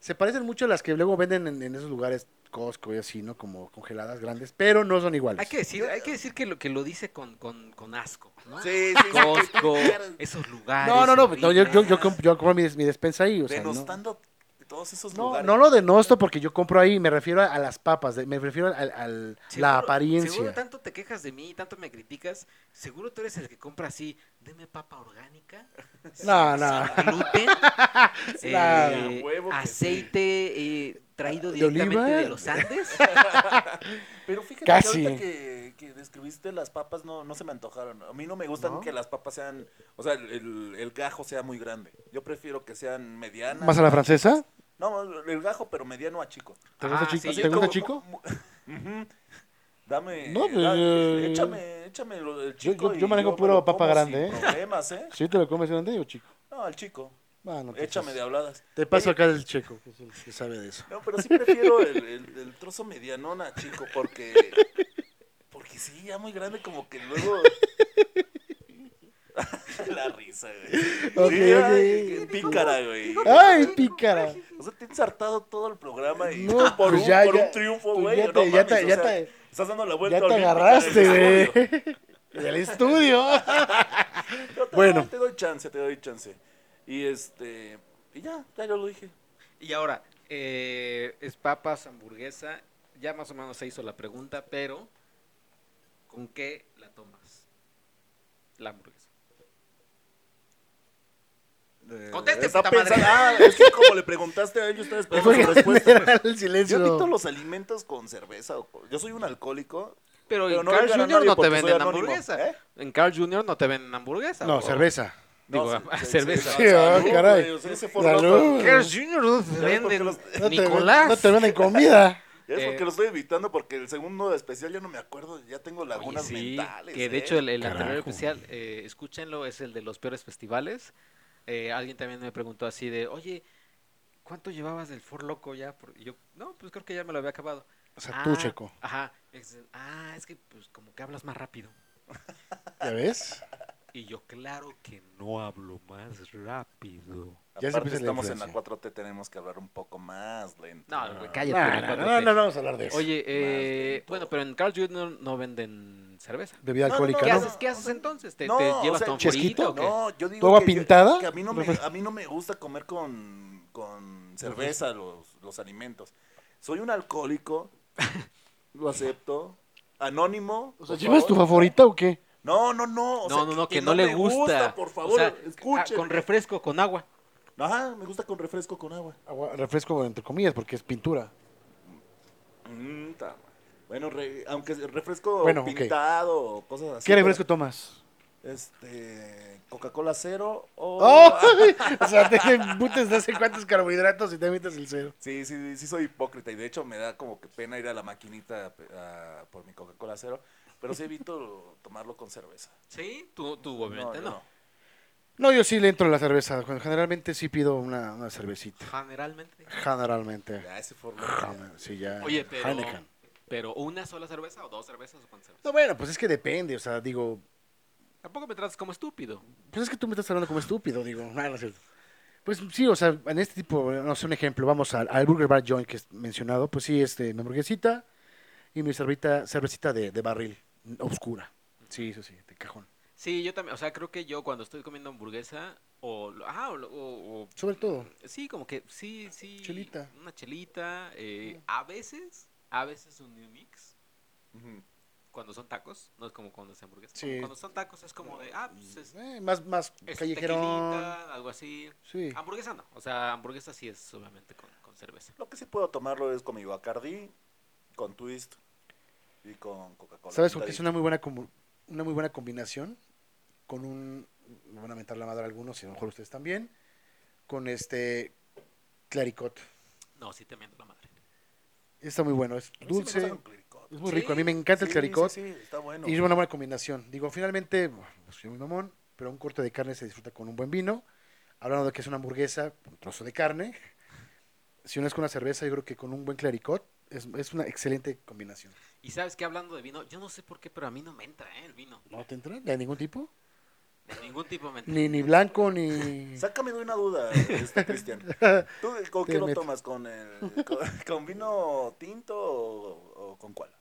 Speaker 4: Se parecen mucho a las que luego venden en, en esos lugares Costco y así, ¿no? Como congeladas grandes, pero no son
Speaker 2: Pues,
Speaker 4: iguales.
Speaker 1: Hay que decir, hay que decir que lo que lo dice con, con, con asco, ¿no?
Speaker 2: Sí, sí,
Speaker 1: Costco, esos lugares.
Speaker 4: No, no, no, no, yo,
Speaker 1: horribles.
Speaker 4: yo, yo, comp- yo compro mi, des- mi despensa ahí, o sea, no,
Speaker 2: denostando todos esos
Speaker 4: no,
Speaker 2: lugares.
Speaker 4: no lo denosto porque yo compro ahí, me refiero a, a las papas, de- me refiero al, al- la
Speaker 1: Seguro- Seguro
Speaker 4: apariencia.
Speaker 1: tanto te quejas de mí, tanto me criticas. Seguro tú eres el que compra así, deme papa orgánica.
Speaker 2: Ah,
Speaker 4: No, no.
Speaker 1: sin gluten, eh,
Speaker 4: Claro.
Speaker 2: A huevo que
Speaker 1: aceite eh, traído
Speaker 4: ¿De oliva?
Speaker 1: directamente de los Andes.
Speaker 2: Pero fíjate
Speaker 4: Casi.
Speaker 2: que ahorita que, que describiste las papas no, no se me antojaron. A mí no me gustan
Speaker 4: ¿No?
Speaker 2: que las papas sean, o sea, el, el- el gajo sea muy grande. Yo prefiero que sean medianas.
Speaker 4: ¿Más a la francesa?
Speaker 2: No, el gajo, pero mediano a chico.
Speaker 4: ¿Te gusta
Speaker 1: Ah,
Speaker 4: chico?
Speaker 1: sí,
Speaker 4: ¿Te
Speaker 1: yo
Speaker 4: gusta
Speaker 2: como-
Speaker 4: chico?
Speaker 2: mu- Ujú. Dame.
Speaker 4: No, pues,
Speaker 2: da-
Speaker 4: eh,
Speaker 2: échame, échame lo- el
Speaker 4: yo-
Speaker 2: chico.
Speaker 4: yo-
Speaker 2: y
Speaker 4: yo manejo
Speaker 2: me
Speaker 4: puro
Speaker 2: lo
Speaker 4: papa
Speaker 2: como
Speaker 4: grande,
Speaker 2: sin
Speaker 4: ¿eh?
Speaker 2: Problemas, ¿eh?
Speaker 4: ¿Sí te lo comes grande o chico?
Speaker 2: No, al chico.
Speaker 4: Ah, no te
Speaker 2: Échame
Speaker 4: pases.
Speaker 2: de habladas.
Speaker 4: Te paso
Speaker 2: Oye,
Speaker 4: acá el checo, que es el que sabe de eso.
Speaker 2: No, pero sí prefiero el, el- el trozo medianón a chico, porque. Porque sí, ya muy grande, como que luego. La risa, güey.
Speaker 4: Ok,
Speaker 2: Sí, ay,
Speaker 4: ok.
Speaker 2: qué Pícara, güey.
Speaker 4: ¡Ay, pícara!
Speaker 2: O sea, te he ensartado todo el programa y
Speaker 4: No,
Speaker 2: por,
Speaker 4: pues
Speaker 2: un,
Speaker 4: ya,
Speaker 2: por
Speaker 4: ya.
Speaker 2: un triunfo,
Speaker 4: Pues
Speaker 2: güey.
Speaker 4: ya
Speaker 2: no
Speaker 4: te- ya
Speaker 2: mames,
Speaker 4: te-
Speaker 2: o
Speaker 4: ya
Speaker 2: sea,
Speaker 4: te-
Speaker 2: Estás dando la vuelta
Speaker 4: Ya te
Speaker 2: olímpica en el
Speaker 4: agarraste,
Speaker 2: estudio.
Speaker 4: güey. Del estudio.
Speaker 2: Yo te
Speaker 4: Bueno.
Speaker 2: doy- te doy chance, te doy chance. Y este. Y ya, ya yo lo dije.
Speaker 1: Y ahora, eh, es papas, hamburguesa. Ya más o menos se hizo la pregunta, pero ¿con qué la tomas? La hamburguesa. Eh, Conteste,
Speaker 2: Está
Speaker 1: puta madre.
Speaker 2: pensando- Ah, es que como le preguntaste a ellos, ustedes
Speaker 4: Fue
Speaker 2: ponen su respuesta.
Speaker 4: general el
Speaker 2: Yo quito
Speaker 4: silencio.
Speaker 2: los alimentos con cerveza. o con- Yo soy un alcohólico.
Speaker 1: Pero,
Speaker 2: Pero
Speaker 1: en
Speaker 2: no
Speaker 1: Carl
Speaker 2: le gana a
Speaker 1: Jr.
Speaker 2: nadie
Speaker 1: no te
Speaker 2: porque soy
Speaker 1: venden
Speaker 2: anónimo,
Speaker 1: hamburguesa.
Speaker 2: ¿eh?
Speaker 1: En Carl Jr. no te venden hamburguesa.
Speaker 4: No,
Speaker 1: bro.
Speaker 4: cerveza.
Speaker 1: Digo,
Speaker 2: No,
Speaker 1: ah,
Speaker 2: se- se-
Speaker 1: cerveza.
Speaker 2: se-
Speaker 4: Sí, ah,
Speaker 2: salud,
Speaker 4: caray.
Speaker 2: güey, o sea, ese fue
Speaker 4: Salud.
Speaker 2: roto.
Speaker 1: Carl Jr. no te
Speaker 2: Ya ves por qué
Speaker 1: venden
Speaker 2: los-
Speaker 4: No te,
Speaker 1: Nicolás.
Speaker 4: no te venden comida.
Speaker 2: Es porque
Speaker 1: Eh.
Speaker 2: lo estoy evitando porque el segundo especial ya no me acuerdo, ya tengo
Speaker 1: Oye,
Speaker 2: lagunas
Speaker 1: sí,
Speaker 2: mentales.
Speaker 1: que de
Speaker 2: ¿eh?
Speaker 1: hecho el, el anterior
Speaker 4: Carajo.
Speaker 1: especial, eh, escúchenlo, es el de los peores festivales. Eh, alguien también me preguntó así de, oye, ¿cuánto llevabas del For Loco ya? Por- y yo, no, pues creo que ya me lo había acabado.
Speaker 4: O sea, tú,
Speaker 1: "Ah,
Speaker 4: Checo.
Speaker 1: Ajá. Es- ah, es que pues como que hablas más rápido.
Speaker 4: ¿Ya ves?
Speaker 1: Y yo, claro que no hablo más rápido.
Speaker 4: Ya se
Speaker 2: Aparte,
Speaker 4: empieza la
Speaker 2: estamos en
Speaker 4: influencia. Ah.
Speaker 2: la 4T, tenemos que hablar un poco más lento.
Speaker 1: No, güey,
Speaker 4: No,
Speaker 1: cállate.
Speaker 4: no,
Speaker 1: la
Speaker 4: no,
Speaker 1: cuatro
Speaker 4: no,
Speaker 1: T.
Speaker 4: no vamos a hablar de eso.
Speaker 1: Ah. Oye, eh,
Speaker 2: lento.
Speaker 1: bueno, pero en Carl Jr. no, no venden cerveza.
Speaker 4: Bebida
Speaker 2: no, no,
Speaker 4: alcohólica,
Speaker 1: ¿Qué
Speaker 4: ¿no?
Speaker 2: no,
Speaker 1: haces, ¿Qué haces entonces? ¿Te,
Speaker 2: No,
Speaker 1: te
Speaker 2: o
Speaker 1: llevas
Speaker 2: sea,
Speaker 1: tu hamburguita
Speaker 4: ¿chesquito?
Speaker 1: o qué?
Speaker 2: No, yo digo
Speaker 4: ¿Tu agua
Speaker 2: que yo-
Speaker 4: pintada?
Speaker 2: que a mí no me, a mí no me gusta comer con, con cerveza los, los alimentos. Soy un alcohólico, lo acepto. Anónimo.
Speaker 4: O sea,
Speaker 2: por
Speaker 4: ¿llevas tu
Speaker 2: favor.
Speaker 4: favorita o qué?
Speaker 2: No, no, no. o
Speaker 1: no,
Speaker 2: sea,
Speaker 1: no, no, que, no, le
Speaker 2: me
Speaker 1: gusta.
Speaker 2: Por
Speaker 1: O
Speaker 2: favor,
Speaker 1: sea, ah,
Speaker 2: escuchen.
Speaker 1: con refresco, con agua.
Speaker 2: Ajá, me gusta con refresco con agua.
Speaker 4: Agua- refresco entre comillas porque es pintura.
Speaker 2: Mm, ta madre. Bueno, re- aunque es refresco
Speaker 4: Bueno, ok.
Speaker 2: pintado o cosas así.
Speaker 4: ¿Qué
Speaker 2: pero,
Speaker 4: refresco tomas?
Speaker 2: Este, Coca-Cola cero o...
Speaker 4: ¡Oh! o sea, te embutes no sé cuántos carbohidratos y te metes el cero.
Speaker 2: Sí, sí, sí soy hipócrita y de hecho me da como que pena ir a la maquinita a pe- a- por mi Coca-Cola cero, pero sí evito tomarlo con cerveza.
Speaker 1: Sí, tú, tú obviamente
Speaker 2: yo
Speaker 1: no.
Speaker 4: No, yo sí le entro a la cerveza. Cuando- Generalmente sí pido una, una cervecita.
Speaker 1: Generalmente.
Speaker 4: Generalmente.
Speaker 2: Ya, ese fue
Speaker 4: Sí, ya.
Speaker 1: Oye, pero.
Speaker 4: Heineken.
Speaker 1: Pero una sola cerveza o dos cervezas o cuántas cervezas.
Speaker 4: No, bueno, pues es que depende. O sea, digo,
Speaker 1: Tampoco me tratas como estúpido.
Speaker 4: Pues es que tú me estás hablando como estúpido, digo. No, no es cierto. Pues sí, o sea, en este tipo, no sé, un ejemplo, vamos al, al Burger Bar Joint que es mencionado, pues sí, este, mi hamburguesita y mi cervita, cervecita de, de barril, oscura. Sí, eso sí, de cajón.
Speaker 1: Sí, yo también. O sea, creo que yo cuando estoy comiendo hamburguesa o. lo- Ah, o. lo- o- o-
Speaker 4: Sobre todo.
Speaker 1: sí, como que. Sí, sí.
Speaker 4: Chelita.
Speaker 1: Una chelita. eh, a veces. A veces un new mix. Cuando son tacos. No es como cuando es hamburguesa.
Speaker 4: Sí.
Speaker 1: Cuando- Cuando son tacos es como de. Ah, pues es.
Speaker 4: Eh, más más
Speaker 1: es
Speaker 4: callejerón.
Speaker 1: tequilita, algo así.
Speaker 4: Sí.
Speaker 1: Hamburguesa no. O sea, hamburguesa sí es obviamente con, con cerveza.
Speaker 2: Lo que sí puedo tomarlo es con mi Bacardi, con Twist y con Coca-Cola.
Speaker 4: ¿Sabes con qué es
Speaker 2: pintadita.
Speaker 4: una muy buena comu- una muy buena combinación? Con un me van a mentar la madre a algunos, y a lo mejor ustedes también, con este claricot.
Speaker 1: No, sí te miento la madre.
Speaker 4: Está muy bueno, es
Speaker 2: A mí sí me gusta
Speaker 4: dulce.
Speaker 2: con clericot.
Speaker 4: Es muy
Speaker 1: Sí,
Speaker 4: rico, a mí me encanta el
Speaker 2: Sí,
Speaker 4: claricot
Speaker 2: Sí, sí, está bueno.
Speaker 4: y es una buena combinación. Digo, finalmente, bueno, soy muy mamón, pero un corte de carne se disfruta con un buen vino. Hablando de que es una hamburguesa, un trozo de carne. Si uno es con una cerveza, yo creo que con un buen claricot es, es una excelente combinación.
Speaker 1: Y sabes que hablando de vino, yo no sé por qué, pero a mí no me entra, ¿eh? El vino.
Speaker 4: ¿No te entra? ¿De ningún tipo?
Speaker 1: De ningún tipo me entra.
Speaker 4: Ni, ni blanco, ni...
Speaker 2: Sácame de una duda, este, Cristian. ¿Tú con
Speaker 4: Te
Speaker 2: qué lo
Speaker 4: meto.
Speaker 2: tomas? ¿Con, el, con, con vino tinto o, o con cuál?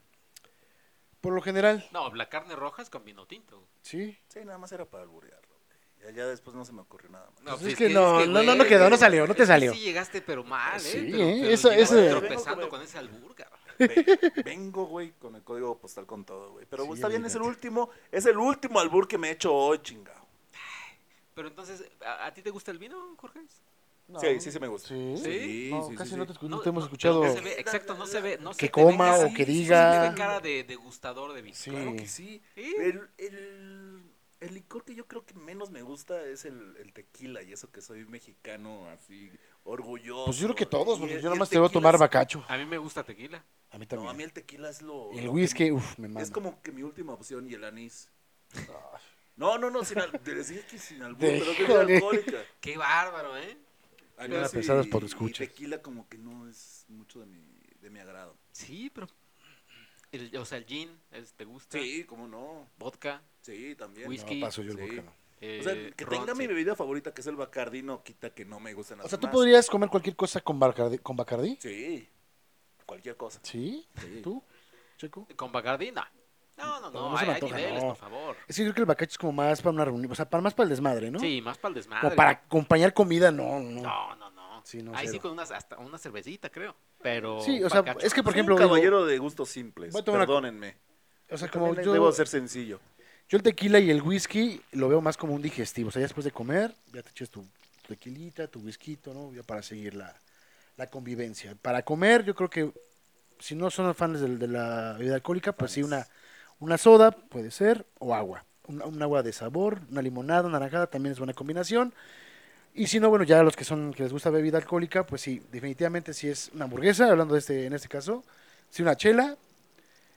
Speaker 4: Por lo general,
Speaker 1: No, la carne roja es con vino tinto.
Speaker 4: sí.
Speaker 2: Sí, nada más era para alburearlo. Ya, ya después no se me ocurrió nada más.
Speaker 1: No,
Speaker 4: Pues es que no, no, no, no quedó, no salió, no te
Speaker 1: es que
Speaker 4: salió.
Speaker 1: Sí llegaste, pero mal, ¿eh?
Speaker 4: Sí,
Speaker 1: Pero-
Speaker 4: ¿eh?
Speaker 1: pero
Speaker 4: Eso-
Speaker 1: llegaste
Speaker 4: eso-
Speaker 1: tropezando con ese albur, cabrón.
Speaker 2: Ve- Vengo, güey, con el código postal con todo, güey. Pero
Speaker 4: Sí,
Speaker 2: está bien, es el
Speaker 4: olvídate.
Speaker 2: último, es el último albur que me he hecho hoy, chingado.
Speaker 1: Pero entonces, ¿a, a ti te gusta el vino, Jorge?
Speaker 2: Sí, sí, sí me gusta.
Speaker 4: ¿Sí?
Speaker 2: Sí,
Speaker 4: No,
Speaker 2: sí,
Speaker 4: casi
Speaker 2: sí,
Speaker 4: no
Speaker 2: sí.
Speaker 4: te, escu- no te Pues hemos escuchado.
Speaker 1: no se ve- exacto, no se ve. No
Speaker 4: Que
Speaker 1: se te ve
Speaker 4: coma
Speaker 1: cara-
Speaker 4: o que
Speaker 1: sí,
Speaker 4: diga.
Speaker 1: Sí, se te ve cara de degustador de vino.
Speaker 4: Sí.
Speaker 2: Claro que sí.
Speaker 1: ¿Sí?
Speaker 2: El, el, el licor que yo creo que menos me gusta es el, el tequila, y eso que soy mexicano, así, orgulloso.
Speaker 4: Pues yo creo que todos,
Speaker 2: Y
Speaker 4: porque
Speaker 2: el- y
Speaker 4: yo
Speaker 2: el
Speaker 4: nada más te veo
Speaker 2: tequila
Speaker 4: tomar
Speaker 2: es-
Speaker 4: bacacho.
Speaker 1: A mí me gusta tequila.
Speaker 4: A mí
Speaker 2: No, a mí
Speaker 4: también.
Speaker 2: el tequila es lo.
Speaker 4: El
Speaker 2: lo
Speaker 4: whisky,
Speaker 2: que-
Speaker 4: uff, me Ah, manda.
Speaker 2: Es como que mi última opción y el anís. No, no, no, sin al- te decía que sin albur,
Speaker 4: De-
Speaker 2: pero que es
Speaker 4: Híjole.
Speaker 2: alcohólica.
Speaker 1: Qué bárbaro, ¿eh?
Speaker 4: Bien
Speaker 2: Anís
Speaker 4: apesadas
Speaker 2: y-
Speaker 4: por
Speaker 2: y
Speaker 4: escuchas.
Speaker 2: tequila como que no es mucho de mi, de mi agrado.
Speaker 1: Sí, pero. el- o sea, el gin, es- ¿te gusta?
Speaker 2: Sí, cómo no.
Speaker 1: Vodka.
Speaker 2: Sí, también.
Speaker 1: Whisky.
Speaker 4: No, paso yo el
Speaker 2: Sí.
Speaker 4: bocado.
Speaker 1: eh,
Speaker 2: O sea, que
Speaker 1: ron,
Speaker 2: tenga mi
Speaker 1: sí.
Speaker 2: bebida favorita, que es el Bacardi, no quita que no me gusten las
Speaker 4: O sea, ¿tú
Speaker 2: demás.
Speaker 4: podrías comer cualquier cosa con Bacardi? Con Bacardi?
Speaker 2: Sí, cualquier cosa.
Speaker 4: ¿Sí?
Speaker 2: Sí.
Speaker 4: ¿Tú, Checo?
Speaker 1: ¿Con Bacardi? No. No, no,
Speaker 4: No,
Speaker 1: no.
Speaker 4: no se
Speaker 1: hay,
Speaker 4: me
Speaker 1: hay
Speaker 4: antoja,
Speaker 1: niveles,
Speaker 4: no.
Speaker 1: por favor.
Speaker 4: Es que yo creo que el bacacho es como más para una reunión, o sea, para más para el desmadre, ¿no?
Speaker 1: Sí, más para el desmadre.
Speaker 4: Como para acompañar comida, no, no.
Speaker 1: No, no, no.
Speaker 4: Sí, no,
Speaker 1: Ahí sí
Speaker 4: cero.
Speaker 1: con unas, hasta una cervecita, creo. Pero.
Speaker 4: Sí, o sea,
Speaker 1: bacacho.
Speaker 4: es que por
Speaker 2: Soy
Speaker 4: ejemplo,
Speaker 2: un
Speaker 4: digo,
Speaker 2: caballero de gustos simples,
Speaker 4: Voy a tomar una-
Speaker 2: perdónenme.
Speaker 4: o sea,
Speaker 2: Como
Speaker 4: como yo,
Speaker 2: Debo ser sencillo.
Speaker 4: yo el tequila y el whisky lo veo más como un digestivo, o sea, ya después de comer, ya te echas tu tu tequilita, tu whisky, ¿no? Ya para seguir la, la convivencia. Para comer, yo creo que si no son fans del- de, la bebida alcohólica, pues sí, una, una soda puede ser, o agua. Un, un agua de sabor, una limonada, una naranjada, también es buena combinación. Y si no, bueno, ya a los que son que les gusta bebida alcohólica, pues sí, definitivamente si es una hamburguesa, hablando de este, en este caso, si una chela,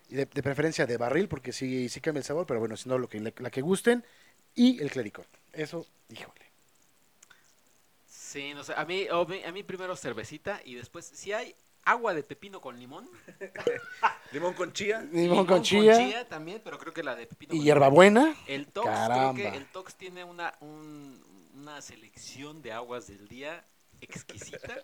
Speaker 4: y de, de preferencia de barril, porque sí, sí cambia el sabor, pero bueno, si no, lo que, la, la que gusten, y el clericot. Eso, híjole.
Speaker 1: Sí, no sé. A mí, o mi- a mí primero cervecita y después, si hay agua de pepino con limón.
Speaker 2: Limón con chía.
Speaker 4: Limón con chía.
Speaker 1: también, pero creo que la de pepino.
Speaker 4: Y
Speaker 1: con
Speaker 4: hierbabuena.
Speaker 1: limón. El Tox, creo
Speaker 4: Caramba.
Speaker 1: que el Tox tiene una, un- una selección de aguas del día exquisita.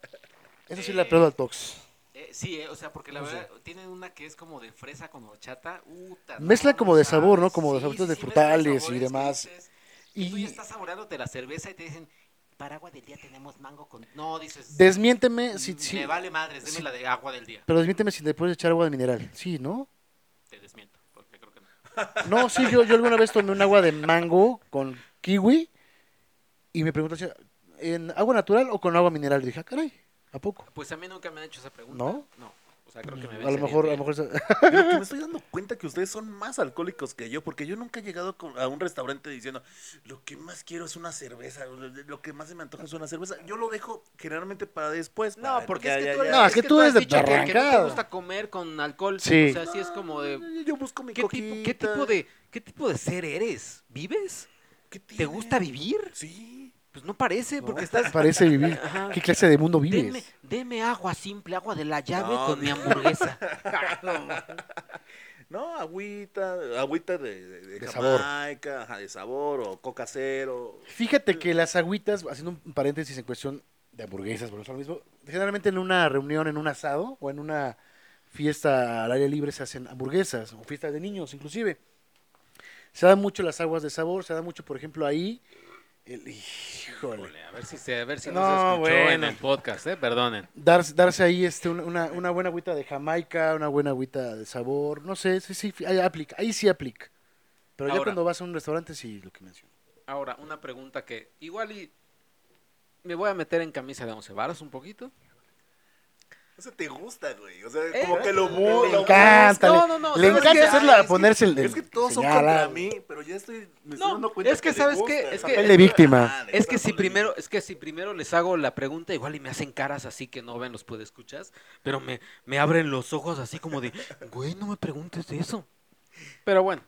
Speaker 4: Eso sí la prueba al Tox.
Speaker 1: Eh, sí, eh, o sea, porque la
Speaker 4: No sé.
Speaker 1: verdad tienen una que es como de fresa con horchata. Uta,
Speaker 4: Mezcla
Speaker 1: no,
Speaker 4: como
Speaker 1: no
Speaker 4: de sabor, ¿no?
Speaker 1: sabes.
Speaker 4: Como de saboritos de
Speaker 1: mezcla
Speaker 4: frutales y
Speaker 1: sabores que
Speaker 4: demás.
Speaker 1: dices, Y tú
Speaker 4: Y-
Speaker 1: ya estás saboreándote la cerveza y te dicen, para agua del día tenemos mango con... No, dices, "Mm,
Speaker 4: Desmiénteme si,
Speaker 1: me
Speaker 4: si-
Speaker 1: vale madres, deme
Speaker 4: sí.
Speaker 1: la de agua del día.
Speaker 4: pero desmiénteme si le puedes echar agua de mineral. Sí, ¿no?
Speaker 1: Te desmiento, porque creo que no.
Speaker 4: No, sí, yo, yo alguna vez tomé un agua de mango con kiwi y me preguntó si en agua natural o con agua mineral. Y dije, ah, caray, ¿a poco?
Speaker 1: Pues a mí nunca me han hecho esa pregunta.
Speaker 4: ¿No?
Speaker 1: No. O sea, creo que me
Speaker 4: A lo
Speaker 1: vencerían
Speaker 4: mejor, a lo
Speaker 1: bien.
Speaker 4: mejor. esa-
Speaker 2: Lo que me estoy dando cuenta que ustedes son más alcohólicos que yo, porque yo nunca he llegado con- a un restaurante diciendo, lo que más quiero es una cerveza, lo- lo que más se me antoja es una cerveza. Yo lo dejo generalmente para después.
Speaker 1: No,
Speaker 2: para-
Speaker 1: porque
Speaker 2: ya,
Speaker 1: es que
Speaker 2: ya,
Speaker 1: tú,
Speaker 2: ya.
Speaker 1: eres-
Speaker 4: No, es que tú eres
Speaker 1: has
Speaker 4: de
Speaker 1: dicho que- que no te
Speaker 4: arrancado.
Speaker 1: gusta comer con alcohol.
Speaker 4: Sí.
Speaker 1: O sea, sí es como de...
Speaker 2: No, Yo busco mi
Speaker 1: ¿Qué tipo, qué, tipo de ¿Qué tipo de ser eres? ¿Vives? ¿Te gusta vivir?
Speaker 2: Sí.
Speaker 1: Pues no parece, porque estás...
Speaker 4: Parece vivir.
Speaker 1: Ajá.
Speaker 4: ¿Qué clase de mundo
Speaker 1: Deme,
Speaker 4: vives?
Speaker 1: deme agua simple, agua de la llave
Speaker 2: No,
Speaker 1: con mi
Speaker 2: no.
Speaker 1: hamburguesa.
Speaker 2: No, agüita, agüita de, de, de
Speaker 4: De sabor.
Speaker 2: Jamaica, ajá, de sabor, o coca cero.
Speaker 4: Fíjate que las agüitas, haciendo un paréntesis en cuestión de hamburguesas, por eso lo mismo, generalmente en una reunión, en un asado o en una fiesta al aire libre se hacen hamburguesas o fiestas de niños inclusive. Se dan mucho las aguas de sabor, se da mucho, por ejemplo, ahí. El, híjole.
Speaker 1: Híjole, a ver si, se, a ver si no,
Speaker 4: No,
Speaker 1: se escuchó en
Speaker 4: bueno.
Speaker 1: el podcast, ¿eh? Perdonen.
Speaker 4: darse, darse ahí este una, una, una buena agüita de Jamaica, una buena agüita de sabor, no sé, sí, sí, ahí aplica, ahí sí aplica. Pero ya
Speaker 1: Ahora.
Speaker 4: cuando vas a un restaurante, sí, lo que menciono.
Speaker 1: Ahora, una pregunta que igual y... Me voy a meter en camisa de once varas un poquito.
Speaker 2: Eso te gusta, güey. O sea,
Speaker 1: Eh,
Speaker 2: como que lo
Speaker 1: le
Speaker 2: bu-
Speaker 4: Le
Speaker 2: lo
Speaker 4: encanta,
Speaker 1: no,
Speaker 4: le-
Speaker 1: no, no,
Speaker 4: le
Speaker 1: ¿sabes
Speaker 4: encanta
Speaker 1: qué?
Speaker 4: hacerla,
Speaker 2: Ay, es que-
Speaker 4: ponerse el, el
Speaker 2: Es que todos son
Speaker 4: señala.
Speaker 2: contra mí, pero ya estoy, me estoy
Speaker 1: No,
Speaker 2: dando cuenta
Speaker 1: es que
Speaker 2: le
Speaker 1: ¿sabes
Speaker 2: gusta.
Speaker 1: qué? Es que-
Speaker 4: Papel de víctima.
Speaker 2: Ah, le
Speaker 1: Es que
Speaker 2: gusta
Speaker 1: si
Speaker 2: ponerle-
Speaker 1: primero, es que si primero les hago la pregunta, igual y me hacen caras así que no ven los escuchas pero me, me abren los ojos así como de, güey, no me preguntes de eso. Pero bueno,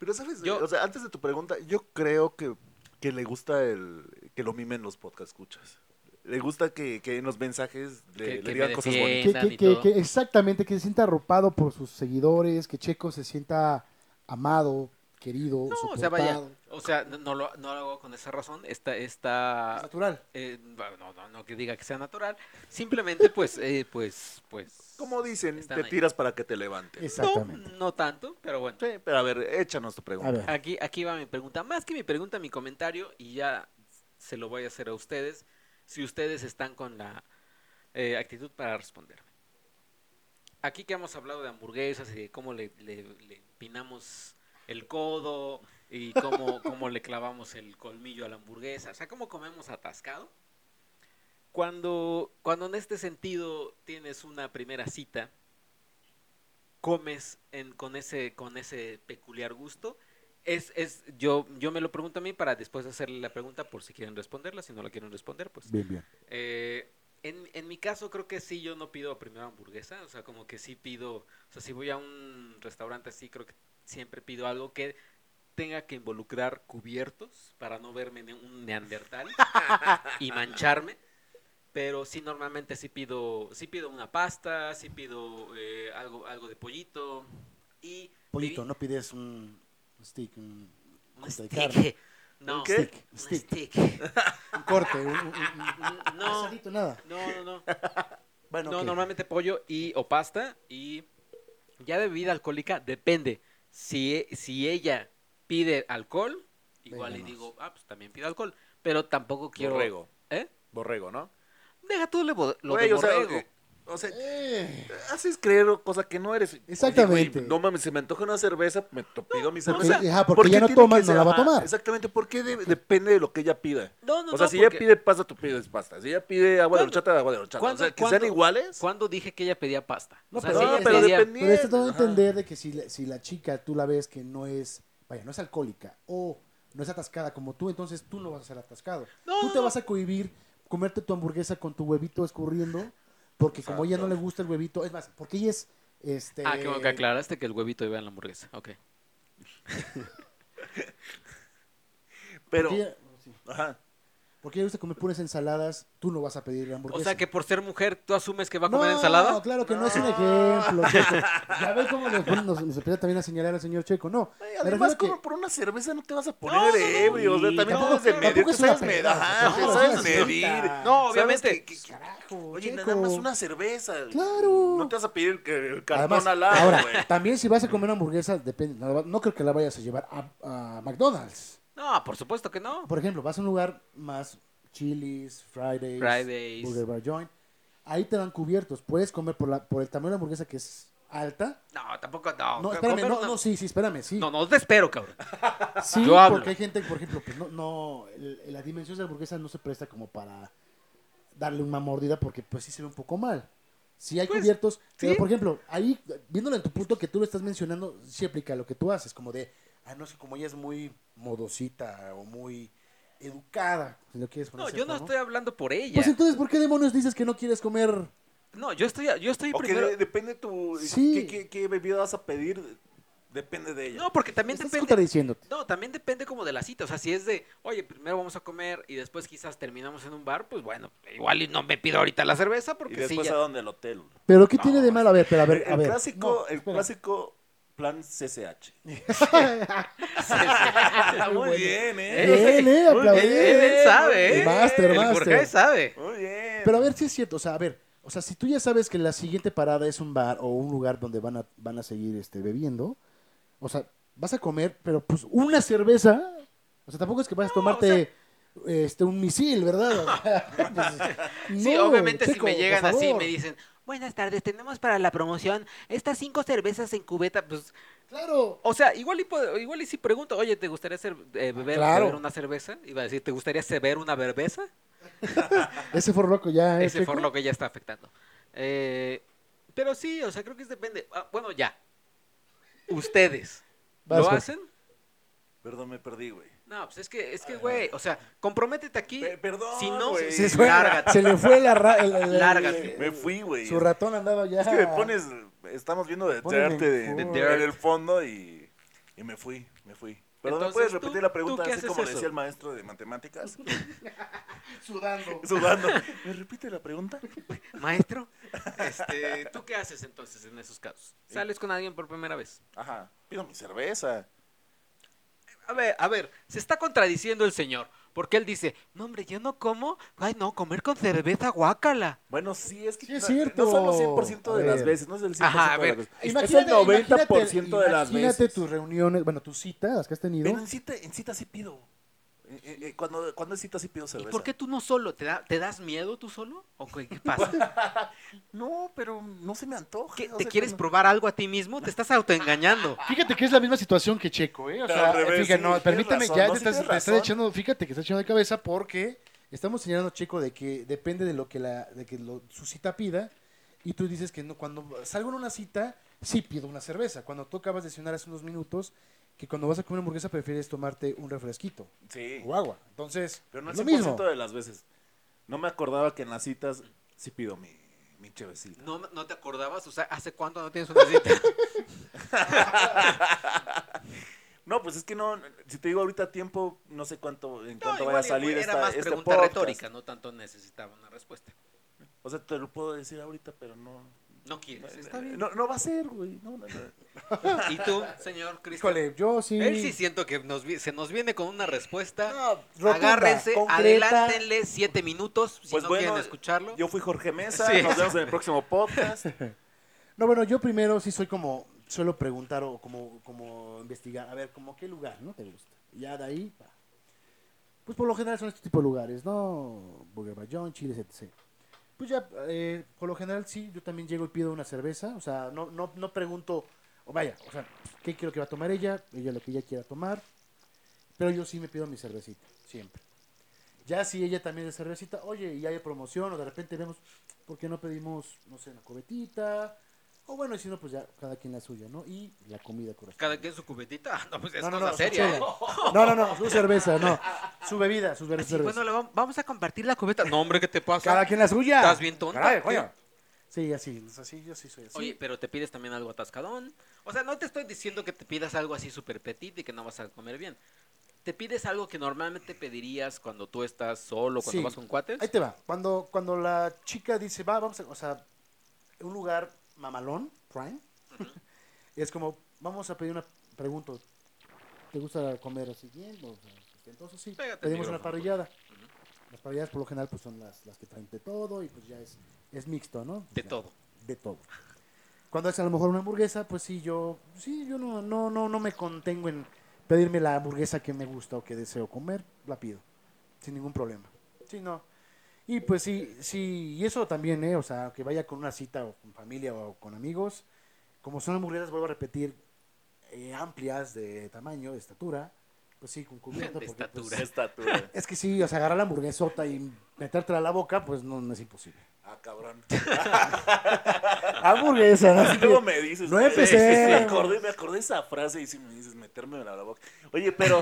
Speaker 2: Pero sabes,
Speaker 1: Yo-
Speaker 2: o sea, antes de tu pregunta, yo creo que, que le gusta el que lo mimen los podcast escuchas. Le gusta que, que en los mensajes le,
Speaker 1: Que-
Speaker 2: le
Speaker 1: que me
Speaker 2: digan cosas
Speaker 1: defiendan.
Speaker 2: bonitas.
Speaker 1: Que- que- que- que
Speaker 4: exactamente, que se sienta arropado por sus seguidores, que Checo se sienta amado, querido,
Speaker 1: no, o sea, vaya, o sea, no, no lo, no lo hago con esa razón, esta, esta,
Speaker 4: natural.
Speaker 1: eh, bueno, no, no, no que diga que sea natural, simplemente pues, eh, pues, pues.
Speaker 2: Como dicen,
Speaker 1: Están
Speaker 2: te
Speaker 1: ahí.
Speaker 2: tiras para que te levanten.
Speaker 1: No,
Speaker 4: Exactamente.
Speaker 1: no tanto, pero bueno.
Speaker 2: Sí, pero a ver, échanos tu pregunta.
Speaker 4: A ver.
Speaker 1: Aquí, aquí va mi pregunta. Más que mi pregunta, mi comentario, y ya se lo voy a hacer a ustedes, si ustedes están con la eh, actitud para responderme. Aquí que hemos hablado de hamburguesas y de cómo le, le, le empinamos el codo y cómo, cómo le clavamos el colmillo a la hamburguesa, o sea, cómo comemos atascado. Cuando, cuando en este sentido tienes una primera cita, comes en- con, ese, con ese peculiar gusto, es, es, yo, yo me lo pregunto a mí para después hacerle la pregunta por si quieren responderla, si no la quieren responder, pues.
Speaker 4: Bien, bien.
Speaker 1: Eh, en, en mi caso creo que sí, yo no pido primero hamburguesa, o sea, como que sí pido, o sea, si voy a un restaurante así, creo que siempre pido algo que tenga que involucrar cubiertos para no verme ne- un neandertal y mancharme, pero sí normalmente sí pido, sí pido una pasta, sí pido eh, algo, algo de pollito y...
Speaker 4: Pollito,
Speaker 1: vi-
Speaker 4: no pides un stick, un,
Speaker 1: Un
Speaker 4: corte de
Speaker 1: stick.
Speaker 4: carne.
Speaker 1: No,
Speaker 2: ¿Un qué?
Speaker 1: un
Speaker 4: Stick.
Speaker 1: stick.
Speaker 4: un corte, un, un- un- un-
Speaker 1: No,
Speaker 4: asadito, nada.
Speaker 1: no, no, no.
Speaker 4: Bueno,
Speaker 1: no,
Speaker 4: ok.
Speaker 1: normalmente pollo y o pasta y ya de bebida alcohólica depende. Si, e- si ella pide alcohol, igual le
Speaker 4: Vámonos.
Speaker 1: digo, ah, pues también pido alcohol, pero tampoco quiero...
Speaker 2: Borrego.
Speaker 1: ¿Eh?
Speaker 2: Borrego, ¿no?
Speaker 1: Deja tú lo, bo- lo
Speaker 2: Güey,
Speaker 1: de
Speaker 2: o sea,
Speaker 1: borrego.
Speaker 2: eh, o sea,
Speaker 4: Eh.
Speaker 2: haces creer cosa que no eres.
Speaker 4: Exactamente.
Speaker 2: Oye, güey, no mames, se me antoja una cerveza, me to- pido mi cerveza.
Speaker 4: porque- ajá, porque
Speaker 2: ¿Por qué
Speaker 4: ya no
Speaker 2: tiene
Speaker 4: toma,
Speaker 2: que
Speaker 4: no
Speaker 2: ser-
Speaker 4: la va a
Speaker 2: ajá,
Speaker 4: tomar?
Speaker 2: Exactamente, porque de- depende de lo que ella pida.
Speaker 1: no, no,
Speaker 2: o sea,
Speaker 1: no,
Speaker 2: si
Speaker 1: porque
Speaker 2: ella pide pasta, tú pides pasta. Si ella pide agua de
Speaker 1: ¿Cuándo?
Speaker 2: horchata, agua de horchata. O
Speaker 1: ¿Cuándo-
Speaker 2: sea, que
Speaker 1: cuándo-
Speaker 2: sean iguales.
Speaker 1: ¿Cuándo dije que ella pedía pasta?
Speaker 4: No,
Speaker 1: O sea,
Speaker 4: pero-
Speaker 1: si
Speaker 4: no,
Speaker 1: ella
Speaker 4: pero
Speaker 1: pedía-
Speaker 2: depende-
Speaker 4: Pero esto todo
Speaker 2: Ajá.
Speaker 4: entender de que si la, si la chica tú la ves que no es, vaya, no es alcohólica o no es atascada como tú, entonces tú no vas a ser atascado.
Speaker 1: No,
Speaker 4: tú
Speaker 1: no,
Speaker 4: te
Speaker 1: no.
Speaker 4: vas a cohibir comerte tu hamburguesa con tu huevito escurriendo, porque como ella no le
Speaker 2: Exacto.
Speaker 4: gusta el huevito, es más, porque ella es este
Speaker 1: Ah, qué bueno que aclaraste que el huevito iba en la hamburguesa. Ok.
Speaker 2: Pero,
Speaker 4: porque ella- sí,
Speaker 2: ajá.
Speaker 4: porque ella le gusta comer puras ensaladas, tú no vas a pedir la hamburguesa.
Speaker 1: O sea, que por ser mujer, ¿tú asumes que va a
Speaker 4: no,
Speaker 1: comer ensalada?
Speaker 4: No, claro que no, es un ejemplo, Checo. Ya ves cómo le ponen- nos, nos empieza también a señalar al señor Checo. No,
Speaker 2: Ay,
Speaker 4: me refiero
Speaker 2: Además,
Speaker 4: a que-
Speaker 2: como por una cerveza no te vas a
Speaker 1: No,
Speaker 2: poner
Speaker 1: no, no,
Speaker 2: ebrio. O sea, también
Speaker 4: tampoco-
Speaker 2: debes de
Speaker 4: tampoco
Speaker 2: medir. que
Speaker 4: es una
Speaker 2: sabes medir.
Speaker 4: peda,
Speaker 2: Ajá,
Speaker 4: claro,
Speaker 2: sabes
Speaker 4: es
Speaker 2: medir.
Speaker 4: una cita.
Speaker 1: No,
Speaker 2: ¿Sabes
Speaker 1: obviamente.
Speaker 2: que- que-
Speaker 4: Carajo,
Speaker 2: Oye, nada
Speaker 4: Checo.
Speaker 2: más una cerveza.
Speaker 4: Claro.
Speaker 2: No te vas a pedir el, que- el cartón
Speaker 4: Además,
Speaker 2: al lado,
Speaker 4: ahora,
Speaker 2: güey.
Speaker 4: también si vas a comer hamburguesa, depende, no, no creo que la vayas a llevar a, a McDonald's.
Speaker 1: No, por supuesto que no.
Speaker 4: Por ejemplo, vas a un lugar más Chili's, Fridays,
Speaker 1: Fridays.
Speaker 4: Burger Bar Joint. Ahí te dan cubiertos. Puedes comer por, la, por el tamaño de la hamburguesa que es alta.
Speaker 1: No, tampoco,
Speaker 2: Ah,
Speaker 1: no.
Speaker 4: No, espérame,
Speaker 1: Comer
Speaker 4: no,
Speaker 1: una-
Speaker 4: no, sí, sí, espérame, sí.
Speaker 1: No, no te espero, cabrón.
Speaker 4: Sí,
Speaker 1: Yo hablo.
Speaker 4: porque hay gente, por ejemplo, pues no, no el- la dimensión de la hamburguesa no se presta como para darle una mordida porque pues sí se ve un poco mal. Si hay
Speaker 1: Pues,
Speaker 4: cubiertos, pero
Speaker 1: sí.
Speaker 4: por ejemplo, ahí, viéndolo en tu punto que tú lo estás mencionando, sí aplica lo que tú haces, como de, ah, no sé, como ella es muy modosita o muy educada, si lo quieres poner
Speaker 1: No,
Speaker 4: de
Speaker 1: yo
Speaker 4: esa
Speaker 1: no
Speaker 4: forma.
Speaker 1: estoy hablando por ella.
Speaker 4: Pues entonces, ¿por qué demonios dices que no quieres comer?
Speaker 1: No, yo estoy, yo estoy
Speaker 2: O que
Speaker 1: primero.
Speaker 2: de- depende tu.
Speaker 4: Sí.
Speaker 2: ¿qué, qué, qué bebida vas a pedir? Depende de ella.
Speaker 1: No, porque también
Speaker 4: Estás
Speaker 1: depende.
Speaker 4: contradiciéndote.
Speaker 1: No, también depende como de la cita. O sea, si es de, oye, primero vamos a comer y después quizás terminamos en un bar, pues bueno, igual y no me pido ahorita la cerveza
Speaker 2: y
Speaker 1: porque sí.
Speaker 2: después
Speaker 1: ya-
Speaker 2: a dónde el hotel.
Speaker 4: Pero ¿qué
Speaker 1: No,
Speaker 4: tiene de malo? A ver, pero a ver,
Speaker 2: el
Speaker 4: a ver.
Speaker 2: clásico,
Speaker 4: No,
Speaker 2: el
Speaker 4: espera.
Speaker 2: clásico plan CCH. Muy
Speaker 4: bueno.
Speaker 2: bien, ¿eh?
Speaker 4: Bien, eh,
Speaker 1: Muy bien,
Speaker 4: aplaudir.
Speaker 1: él sabe,
Speaker 4: El
Speaker 1: ¿eh?
Speaker 4: máster,
Speaker 1: el
Speaker 4: máster.
Speaker 1: Jorge sabe.
Speaker 2: Muy bien.
Speaker 4: Pero a ver si es cierto, o sea, a ver, o sea, si tú ya sabes que la siguiente parada es un bar o un lugar donde van a, van a seguir este, bebiendo, o sea, vas a comer, pero pues una cerveza, o sea, tampoco es que vas a tomarte este, un misil, ¿verdad? O sea, pues,
Speaker 1: Sí,
Speaker 4: no,
Speaker 1: obviamente si
Speaker 4: Checo,
Speaker 1: me
Speaker 4: por
Speaker 1: llegan así y
Speaker 4: favor.
Speaker 1: me dicen, buenas tardes, tenemos para la promoción estas cinco cervezas en cubeta, pues,
Speaker 4: Claro,
Speaker 1: o sea, igual y, puedo- igual y si pregunto, oye, ¿te gustaría ser- eh, beber,
Speaker 4: Ah, claro.
Speaker 1: beber una cerveza? Iba a decir, ¿te gustaría beber una cerveza?
Speaker 4: ese forloco ya ¿eh, es.
Speaker 1: Ese for lo que ya está afectando. Eh, pero sí, o sea, creo que es depende. Ah, bueno, ya. Ustedes,
Speaker 4: Vas,
Speaker 1: ¿lo
Speaker 4: Jorge.
Speaker 1: hacen?
Speaker 2: Perdón, me perdí, güey.
Speaker 1: No, pues es que, es que, güey, o sea, comprométete aquí.
Speaker 2: Pe- perdón,
Speaker 1: si no,
Speaker 2: güey.
Speaker 4: Se, fue-
Speaker 1: lárgate.
Speaker 4: se le fue la ra- el- el- el-
Speaker 1: Lárgate.
Speaker 2: Me fui, güey.
Speaker 4: Su Ah. ratón andaba ya.
Speaker 2: Es que me pones. Estamos viendo de
Speaker 4: Poneme
Speaker 2: Dirt de-
Speaker 4: The
Speaker 2: de-
Speaker 1: Dirt.
Speaker 2: en el fondo y, y me fui, me fui. Perdón, ¿me
Speaker 1: Entonces,
Speaker 2: puedes
Speaker 1: ¿tú-
Speaker 2: repetir la
Speaker 1: tú
Speaker 2: pregunta
Speaker 1: qué
Speaker 2: así
Speaker 1: haces
Speaker 2: como
Speaker 1: eso?
Speaker 2: decía el maestro de matemáticas?
Speaker 4: sudando.
Speaker 2: Sudando. ¿Me repite la pregunta?
Speaker 1: Maestro, este, ¿tú qué haces entonces en esos casos? ¿Sales con alguien por primera vez?
Speaker 2: Ajá. Pido mi cerveza.
Speaker 1: A ver, a ver, se está contradiciendo el señor. Porque él dice, no hombre, yo no como. Ay, no, comer con cerveza, guácala.
Speaker 2: Bueno, sí, es que
Speaker 4: Sí, es
Speaker 2: no-
Speaker 4: cierto.
Speaker 2: no son los 100% de
Speaker 4: A
Speaker 2: las
Speaker 4: ver.
Speaker 2: veces, no es el 100%
Speaker 1: Ajá, a
Speaker 2: de las
Speaker 1: ver.
Speaker 2: veces. Es el
Speaker 4: Imagínate,
Speaker 2: 90% de las
Speaker 4: imagínate
Speaker 2: veces.
Speaker 4: tus reuniones, bueno, tus citas que has tenido.
Speaker 2: Bueno, en cita, en cita sí pido. Eh, eh, eh, cuando, cuando es cita sí pido
Speaker 1: ¿Y
Speaker 2: cerveza.
Speaker 1: por qué tú no solo? ¿Te, da- te das miedo tú solo? ¿O qué, qué pasa?
Speaker 2: No, pero no se me antoja.
Speaker 1: ¿Qué-
Speaker 2: o
Speaker 1: ¿Te
Speaker 2: sea,
Speaker 1: quieres
Speaker 2: cuando-
Speaker 1: probar algo a ti mismo? ¿Te estás autoengañando?
Speaker 6: Fíjate que es la misma situación que Checo, ¿eh? O
Speaker 2: Pero
Speaker 6: sea,
Speaker 2: al revés,
Speaker 6: fíjate,
Speaker 2: sí,
Speaker 6: no,
Speaker 2: tienes
Speaker 6: permíteme,
Speaker 2: razón,
Speaker 6: ya
Speaker 2: no,
Speaker 6: te,
Speaker 2: sí
Speaker 6: estás,
Speaker 2: tienes
Speaker 6: te estás
Speaker 2: razón.
Speaker 6: echando, fíjate que estás echando de cabeza porque
Speaker 4: Estamos señalando, Checo, de que depende de lo que la de que lo- su cita pida. Y tú dices que no, cuando salgo en una cita, sí pido una cerveza. Cuando tú acabas de cenar hace unos minutos, que cuando vas a comer hamburguesa prefieres tomarte un refresquito
Speaker 2: Sí,
Speaker 4: o agua. Entonces,
Speaker 2: pero no
Speaker 4: es
Speaker 2: es
Speaker 4: lo
Speaker 2: 100%
Speaker 4: mismo.
Speaker 2: de las veces. No me acordaba que en las citas sí pido mi, mi chevecita.
Speaker 1: ¿No, ¿No te acordabas? O sea, ¿hace cuánto no tienes una cita?
Speaker 2: No, pues es que no, si te digo ahorita a tiempo, no sé cuánto, en
Speaker 1: No,
Speaker 2: cuánto
Speaker 1: igual
Speaker 2: vaya a salir
Speaker 1: era
Speaker 2: esta,
Speaker 1: más
Speaker 2: este
Speaker 1: pregunta
Speaker 2: podcast.
Speaker 1: retórica, no tanto necesitaba una respuesta.
Speaker 2: O sea, te lo puedo decir ahorita, pero no.
Speaker 1: No quieres, está bien.
Speaker 2: Pues, No, no va a ser, güey. No, no, no.
Speaker 1: ¿Y tú, señor Cristian?
Speaker 4: Híjole, yo sí.
Speaker 1: Él sí siento que nos vi- se nos viene con una respuesta.
Speaker 4: No, rotunda,
Speaker 1: Agárrense,
Speaker 4: concreta.
Speaker 1: adelántenle siete minutos si
Speaker 2: Pues
Speaker 1: no
Speaker 2: bueno,
Speaker 1: quieren escucharlo.
Speaker 2: Yo fui Jorge Mesa,
Speaker 1: Sí.
Speaker 2: nos vemos en el próximo podcast.
Speaker 4: No, bueno, yo primero sí soy como, suelo preguntar o como, como investigar, a ver, como qué lugar, ¿no? Te gusta. Y Ya de ahí, pa. pues por lo general son este tipo de lugares, ¿no? Burger Bayón, Chile, etc. Pues ya, eh, por lo general sí, yo también llego y pido una cerveza, o sea, no, no, no pregunto, o vaya, o sea, ¿qué quiero que va a tomar ella? Ella lo que ella quiera tomar, pero yo sí me pido mi cervecita, siempre. Ya si ella también de cervecita, oye, y hay promoción, o de repente vemos, ¿por qué no pedimos, no sé, una cubetita? O bueno, y si no, pues ya cada quien la suya, ¿no? Y la comida corazón.
Speaker 1: Cada quien su cubetita. Ah, No, pues es
Speaker 4: No, no,
Speaker 1: cosa
Speaker 4: no,
Speaker 1: seria.
Speaker 4: chela.
Speaker 1: ¿eh?
Speaker 4: No, no, no, su cerveza, no. Su bebida, sus
Speaker 1: Así, pues,
Speaker 4: cervezas.
Speaker 1: bueno, le vam- vamos a compartir la cubeta. No, hombre, ¿qué te pasa?
Speaker 4: Cada quien la suya.
Speaker 1: Estás bien tonta,
Speaker 4: Caray,
Speaker 1: ¿o qué?
Speaker 4: coño. Sí, así,
Speaker 2: Pues
Speaker 4: es así, yo sí soy así.
Speaker 1: Oye, pero te pides también algo atascadón. O sea, no te estoy diciendo que te pidas algo así súper petit y que no vas a comer bien. Te pides algo que normalmente pedirías cuando tú estás solo, cuando
Speaker 4: Sí.
Speaker 1: vas con cuates.
Speaker 4: Ahí te va. Cuando, cuando la chica dice, va, vamos a, o sea, un lugar mamalón, prime, es como, vamos a pedir una, pregunto, ¿te gusta comer así bien? O sea, entonces sí,
Speaker 1: Pégate el
Speaker 4: pedimos una
Speaker 1: micrófono,
Speaker 4: parrillada. Las parrilladas por lo general pues son las, las que traen de todo y pues ya es, es mixto, ¿no?
Speaker 1: De
Speaker 4: Ya,
Speaker 1: todo.
Speaker 4: De todo. Cuando es a lo mejor una hamburguesa, pues sí, yo, sí, yo no, no, no, no me contengo en pedirme la hamburguesa que me gusta o que deseo comer, la pido sin ningún problema. Sí, no. Y pues sí, sí, y eso también, ¿eh? O sea, que vaya con una cita o con familia o con amigos, como son hamburguesas, vuelvo a repetir, eh, amplias de tamaño, de estatura, pues sí, con cubierta.
Speaker 1: De
Speaker 4: porque, pues,
Speaker 1: estatura.
Speaker 2: Estatura.
Speaker 4: es que sí, o sea, agarrar la hamburguesota y metértela a la boca, pues no, no es imposible.
Speaker 2: Ah, cabrón.
Speaker 4: Hamburguesa. ¿no? Así que-
Speaker 2: Luego me dices.
Speaker 4: No
Speaker 2: güey.
Speaker 4: empecé.
Speaker 2: Me acordé, me acordé esa frase y si me dices meterme en la boca. Oye, pero.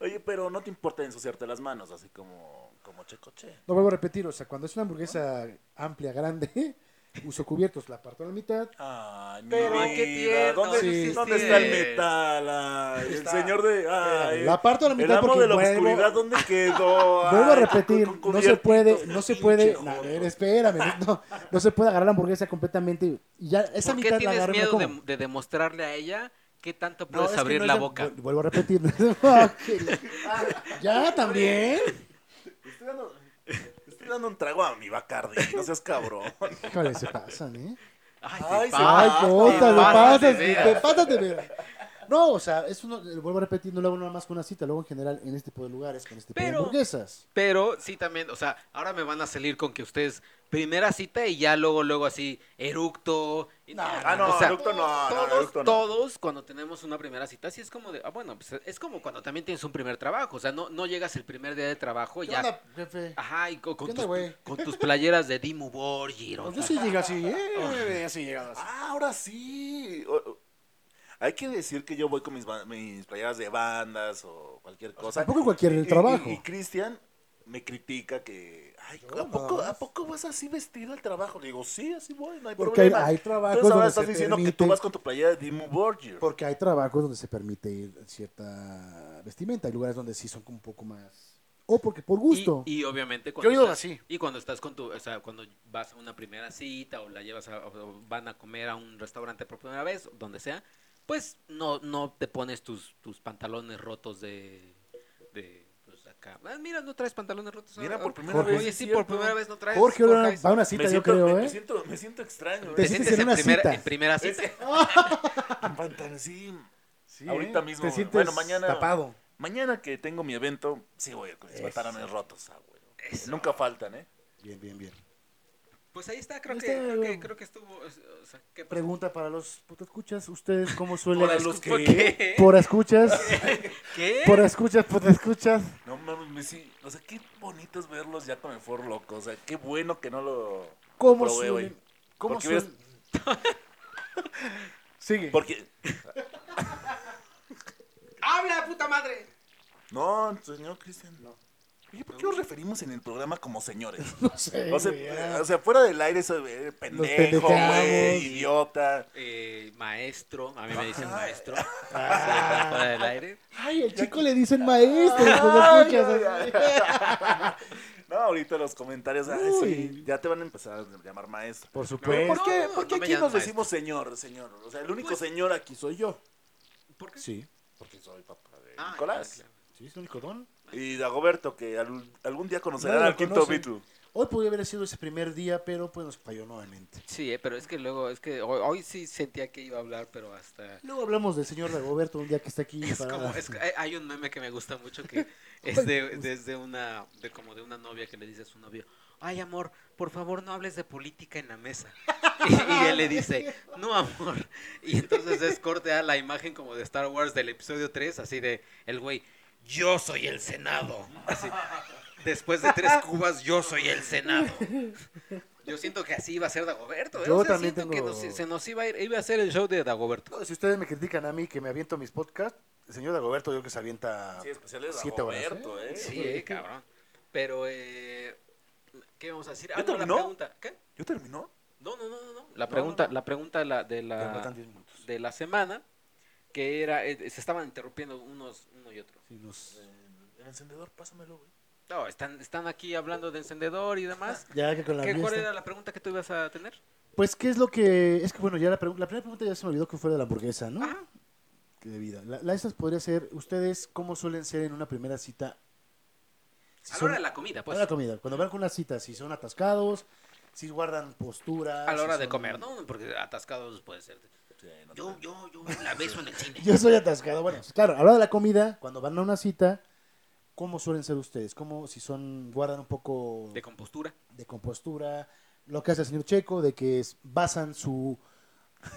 Speaker 2: oye, pero no te importa ensuciarte las manos, así como, como checoche.
Speaker 4: No vuelvo a repetir, o sea, cuando es una hamburguesa amplia, grande, uso cubiertos, la parto a la mitad.
Speaker 2: Ay, mi
Speaker 1: Pero,
Speaker 2: vida.
Speaker 1: ah, qué tierno,
Speaker 2: ¿Dónde,
Speaker 4: sí,
Speaker 2: ¿dónde
Speaker 1: sí.
Speaker 2: está el metal? Ay, el señor de. ay,
Speaker 4: La parto a la
Speaker 2: el
Speaker 4: mitad
Speaker 2: amo
Speaker 4: porque
Speaker 2: de la
Speaker 4: vuelvo-
Speaker 2: oscuridad, ¿dónde quedó?
Speaker 4: Vuelvo a
Speaker 2: Ay,
Speaker 4: repetir,
Speaker 2: Ah, con- con
Speaker 4: no se puede,
Speaker 2: cubiertos,
Speaker 4: no se
Speaker 2: pinche
Speaker 4: puede,
Speaker 2: joto.
Speaker 4: a ver, espérame, no, no se puede agarrar la hamburguesa completamente y ya esa
Speaker 1: ¿Por qué
Speaker 4: mitad la
Speaker 1: tienes
Speaker 4: agarro y me
Speaker 1: miedo
Speaker 4: como.
Speaker 1: de, de demostrarle a ella qué tanto
Speaker 4: No,
Speaker 1: puedes
Speaker 4: es que
Speaker 1: abrir
Speaker 4: no es
Speaker 1: la
Speaker 4: de-
Speaker 1: boca?
Speaker 4: vu- Vuelvo a repetir. Ah, que la- ah, ya también.
Speaker 2: Estoy dando, estoy dando un trago a mi Bacardi, no seas cabrón.
Speaker 4: Híjole, se pasan, ¿eh?
Speaker 2: Ay,
Speaker 1: Ay,
Speaker 2: sí.
Speaker 4: Ay,
Speaker 2: Ah,
Speaker 4: Cota,
Speaker 2: te
Speaker 1: pasas
Speaker 4: te
Speaker 1: de
Speaker 4: pasas, te
Speaker 1: veras.
Speaker 4: pasas de veras. No, o sea, eso no, eh, vuelvo a repetir, no lo hago nada más con una cita, lo hago en general en este tipo de lugares, con este tipo de
Speaker 1: Pero-
Speaker 4: hamburguesas.
Speaker 1: Pero sí también, o sea, ahora me van a salir con que ustedes primera cita y ya luego, luego así, eructo. y-
Speaker 2: ah, no, eructo no, no,
Speaker 1: Todos,
Speaker 2: eructo no.
Speaker 1: todos cuando tenemos una primera cita, sí es como de, ah, bueno, pues es como cuando también tienes un primer trabajo, o sea, no, no llegas el primer día de trabajo y
Speaker 4: ¿Qué
Speaker 1: ya.
Speaker 4: onda, jefe?
Speaker 1: Ajá, y co- con,
Speaker 4: ¿Qué onda,
Speaker 1: tus,
Speaker 4: güey?
Speaker 1: con tus playeras de Dimu Borgir. o
Speaker 4: Pues yo
Speaker 1: sea,
Speaker 4: sí llegué así, ¿eh? Así llegado así.
Speaker 2: Ah, ahora sí. O- o- Hay que decir que yo voy con mis, ba- mis playeras de bandas o cualquier cosa.
Speaker 4: tampoco en cualquier
Speaker 2: Y- y-
Speaker 4: trabajo.
Speaker 2: Y, Cristian me critica que, ay, ¿a poco, ¿a poco vas así vestido al trabajo? Le digo, sí, así voy, no hay
Speaker 4: Porque
Speaker 2: problema.
Speaker 4: hay- hay trabajos
Speaker 2: Entonces ahora
Speaker 4: donde
Speaker 2: estás
Speaker 4: se
Speaker 2: diciendo que tú
Speaker 4: permite-
Speaker 2: vas con tu playera de Dimmu Borgir.
Speaker 4: Porque hay trabajos donde se permite ir cierta vestimenta, hay lugares donde sí son como un poco más... O porque por
Speaker 1: y-
Speaker 4: gusto.
Speaker 1: Y, obviamente
Speaker 7: Yo
Speaker 1: cuando
Speaker 7: he ido
Speaker 1: estás,
Speaker 7: así.
Speaker 1: y cuando estás con tu, o sea, cuando vas a una primera cita o la llevas a, o van a comer a un restaurante por primera vez, donde sea, pues no, no te pones tus, tus pantalones rotos de, de pues acá. Ah, mira, no traes pantalones rotos.
Speaker 2: Mira,
Speaker 1: ahora.
Speaker 2: por primera
Speaker 1: Oye,
Speaker 2: vez, es
Speaker 1: sí,
Speaker 2: cierto.
Speaker 1: por primera vez no traes.
Speaker 4: Jorge ahora
Speaker 1: Jorge,
Speaker 4: va a una
Speaker 2: me,
Speaker 4: cita, yo
Speaker 2: siento,
Speaker 4: creo,
Speaker 2: me, me
Speaker 4: ¿eh?
Speaker 2: siento, me siento extraño.
Speaker 4: Te
Speaker 1: te
Speaker 2: ¿eh?
Speaker 1: sientes
Speaker 4: sientes en
Speaker 1: en,
Speaker 4: una
Speaker 1: primera,
Speaker 4: cita.
Speaker 1: en primera cita.
Speaker 2: Pantalón, sí.
Speaker 7: Sí,
Speaker 2: Ahorita
Speaker 7: ¿eh?
Speaker 2: mismo,
Speaker 7: Te
Speaker 2: güey.
Speaker 7: sientes
Speaker 2: Bueno, mañana-
Speaker 7: tapado.
Speaker 2: Mañana que tengo mi evento, sí voy a ir con mis pantalones rotos. ah, güey. Nunca faltan, ¿eh?
Speaker 7: Bien, bien, bien.
Speaker 1: Pues ahí está, creo
Speaker 4: Ahí
Speaker 1: que,
Speaker 4: está,
Speaker 1: creo que,
Speaker 4: güey.
Speaker 1: creo que estuvo. o sea, ¿qué pasó?
Speaker 4: Pregunta para los... ¿Escuchas ustedes cómo suelen...?
Speaker 2: Para los
Speaker 1: ¿Por
Speaker 2: que...
Speaker 1: qué?
Speaker 4: Por escuchas,
Speaker 1: ¿Qué?
Speaker 4: por escuchas, por escuchas.
Speaker 2: No mames, me sí. O sea, qué bonito es verlos ya con el For Loco. O sea, qué bueno que no lo.
Speaker 4: ¿Cómo
Speaker 2: probé, güey.
Speaker 4: suelen? ¿Cómo
Speaker 2: Porque
Speaker 4: suelen? Sigue.
Speaker 2: Porque.
Speaker 1: ¡Habla, puta madre!
Speaker 2: No, señor Cristian. Oye, ¿por qué nos referimos en el programa como señores?
Speaker 4: No sé,
Speaker 2: O sea,
Speaker 4: güey,
Speaker 2: o sea fuera del aire, eso, eh, pendejo,
Speaker 4: pendejamos.
Speaker 2: güey, idiota.
Speaker 1: eh, maestro, a mí me dicen maestro,
Speaker 4: ah.
Speaker 1: fuera del aire.
Speaker 4: Ay, el chico le dicen maestro, pues escuchas.
Speaker 2: No, ahorita los comentarios, ay, sí, ya te van a empezar a llamar maestro.
Speaker 4: Por
Speaker 2: Pero
Speaker 1: Pues,
Speaker 2: ¿por qué,
Speaker 1: no,
Speaker 2: por qué
Speaker 1: no me
Speaker 2: aquí
Speaker 1: llames
Speaker 2: nos
Speaker 1: maestro.
Speaker 2: decimos señor, señor? O sea, el único
Speaker 1: Pues-
Speaker 2: señor aquí soy yo.
Speaker 1: ¿Por qué?
Speaker 4: Sí,
Speaker 2: Porque soy papá de
Speaker 1: Ah,
Speaker 2: Nicolás.
Speaker 1: claro,
Speaker 4: sí, es un codón.
Speaker 2: Y Dagoberto, que al- algún día conocerán
Speaker 4: Nadie
Speaker 2: al
Speaker 4: lo
Speaker 2: quinto
Speaker 4: conoce.
Speaker 2: Beatle.
Speaker 4: Hoy podría haber sido ese primer día, pero pues nos falló nuevamente.
Speaker 1: Sí, eh, pero es que luego, es que hoy, hoy sí sentía que iba a hablar, pero hasta...
Speaker 4: Luego hablamos del señor Dagoberto un día que está aquí.
Speaker 1: Es
Speaker 4: para-
Speaker 1: como, es que eh, hay- hay un meme que me gusta mucho que es de, desde una, de como de una novia que le dice a su novio, ay amor, por favor no hables de política en la mesa. Y, y él le dice, no amor. Y entonces es corte a la imagen como de Star Wars del episodio 3, así de el güey, yo soy el Senado. Así, después de tres cubas, yo soy el Senado. Yo siento que así iba a ser Dagoberto. ¿eh?
Speaker 4: Yo
Speaker 1: O sea,
Speaker 4: también
Speaker 1: siento
Speaker 4: tengo-
Speaker 1: que nos- se nos iba a ir, iba a ser el show de Dagoberto.
Speaker 7: No, si ustedes me critican a mí que me aviento mis podcasts, el señor Dagoberto yo creo que se avienta
Speaker 2: Sí, especial de
Speaker 7: siete horas. ¿eh?
Speaker 2: Dagoberto, ¿eh?
Speaker 1: Sí, eh, cabrón. Pero, eh, ¿qué vamos a decir? Ah,
Speaker 2: ¿Ya
Speaker 1: no, la
Speaker 2: terminó?
Speaker 1: pregunta. ¿Qué?
Speaker 2: ¿Yo terminó?
Speaker 1: No, no, no, no, no. La pregunta, La pregunta de la, de
Speaker 7: Pero faltan
Speaker 1: la,
Speaker 7: diez minutos.
Speaker 1: de la semana, que era, eh, se estaban interrumpiendo unos, uno y otro.
Speaker 4: Sí, nos-
Speaker 2: El encendedor, pásamelo, güey.
Speaker 1: No, están, están aquí hablando de encendedor y
Speaker 3: Ah,
Speaker 1: demás.
Speaker 4: Ya que con la
Speaker 1: ¿Qué, ¿Cuál
Speaker 4: fiesta.
Speaker 1: era la pregunta que tú ibas a tener?
Speaker 4: Pues, ¿qué es lo que...? Es que, bueno, ya la, pregu- la primera pregunta ya se me olvidó que fue de la hamburguesa, ¿no?
Speaker 1: Ajá.
Speaker 4: Que de vida. La, la de estas podría ser, ¿ustedes cómo suelen ser en una primera cita? Si
Speaker 1: A la
Speaker 4: son-
Speaker 1: hora de la comida, pues.
Speaker 4: a la comida. Cuando van con una cita, si son atascados, si guardan postura.
Speaker 1: A la
Speaker 4: si
Speaker 1: hora de
Speaker 4: son-
Speaker 1: comer, ¿no? Porque atascados puede ser. Yo, yo, yo la beso en el cine.
Speaker 4: Yo soy atascado. Bueno,
Speaker 3: pues,
Speaker 4: claro, a la hora de la comida, cuando van a una cita, ¿cómo suelen ser ustedes? ¿Cómo si son, guardan un poco
Speaker 1: De compostura.
Speaker 4: de compostura? Lo que hace el señor Checo, de que es- basan su,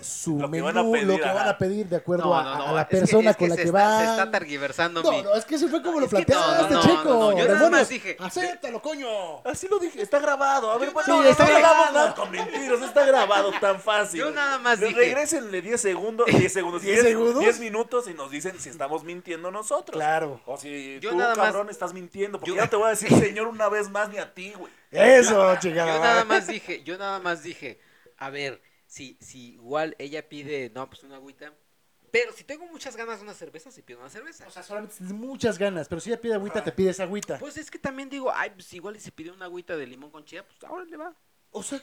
Speaker 3: su
Speaker 2: Lo que
Speaker 3: menú,
Speaker 2: van a pedir,
Speaker 3: lo que
Speaker 2: ajá.
Speaker 3: van a pedir de acuerdo
Speaker 1: No,
Speaker 3: a,
Speaker 1: no, no,
Speaker 3: a la
Speaker 1: es que-
Speaker 3: persona
Speaker 1: es que
Speaker 3: con la
Speaker 1: se
Speaker 3: que
Speaker 1: está-
Speaker 3: va.
Speaker 1: Se está targiversando mi... Ah,
Speaker 3: No, no, es que sí fue como lo
Speaker 1: Es que no,
Speaker 3: planteaste,
Speaker 1: no, no,
Speaker 3: Checo.
Speaker 1: no, no, yo nada
Speaker 3: Demonios,
Speaker 1: más dije-
Speaker 3: Acéptalo, coño.
Speaker 2: Así lo dije, está grabado. A ver,
Speaker 1: Yo
Speaker 2: no,
Speaker 1: nada
Speaker 2: no
Speaker 1: más dije-
Speaker 2: grabamos nada con mentiras, no está grabado tan fácil.
Speaker 1: Yo nada más
Speaker 2: Le-
Speaker 1: dije-
Speaker 2: Regrésenle 10 segundos, 10 segundos, 10,
Speaker 3: ¿Diez segundos?
Speaker 2: 10 minutos y nos dicen si estamos mintiendo nosotros.
Speaker 3: Claro.
Speaker 2: O si
Speaker 1: Yo
Speaker 2: tú,
Speaker 1: nada más-
Speaker 2: cabrón, estás mintiendo. Porque
Speaker 1: Yo-
Speaker 2: ya no te voy a decir señor una vez más ni a ti, güey.
Speaker 3: Eso, chingada.
Speaker 1: Yo
Speaker 3: madre.
Speaker 1: nada más dije, yo nada más dije, a ver, si, si igual ella pide, no, pues una agüita, pero si tengo muchas ganas de una cerveza, si pido una cerveza.
Speaker 3: O sea, solamente tienes muchas ganas, pero si ella pide agüita, te pides agüita.
Speaker 1: Pues es que también digo, ay, pues igual y se pide una agüita de limón con chía, pues ahora le va.
Speaker 3: O sea,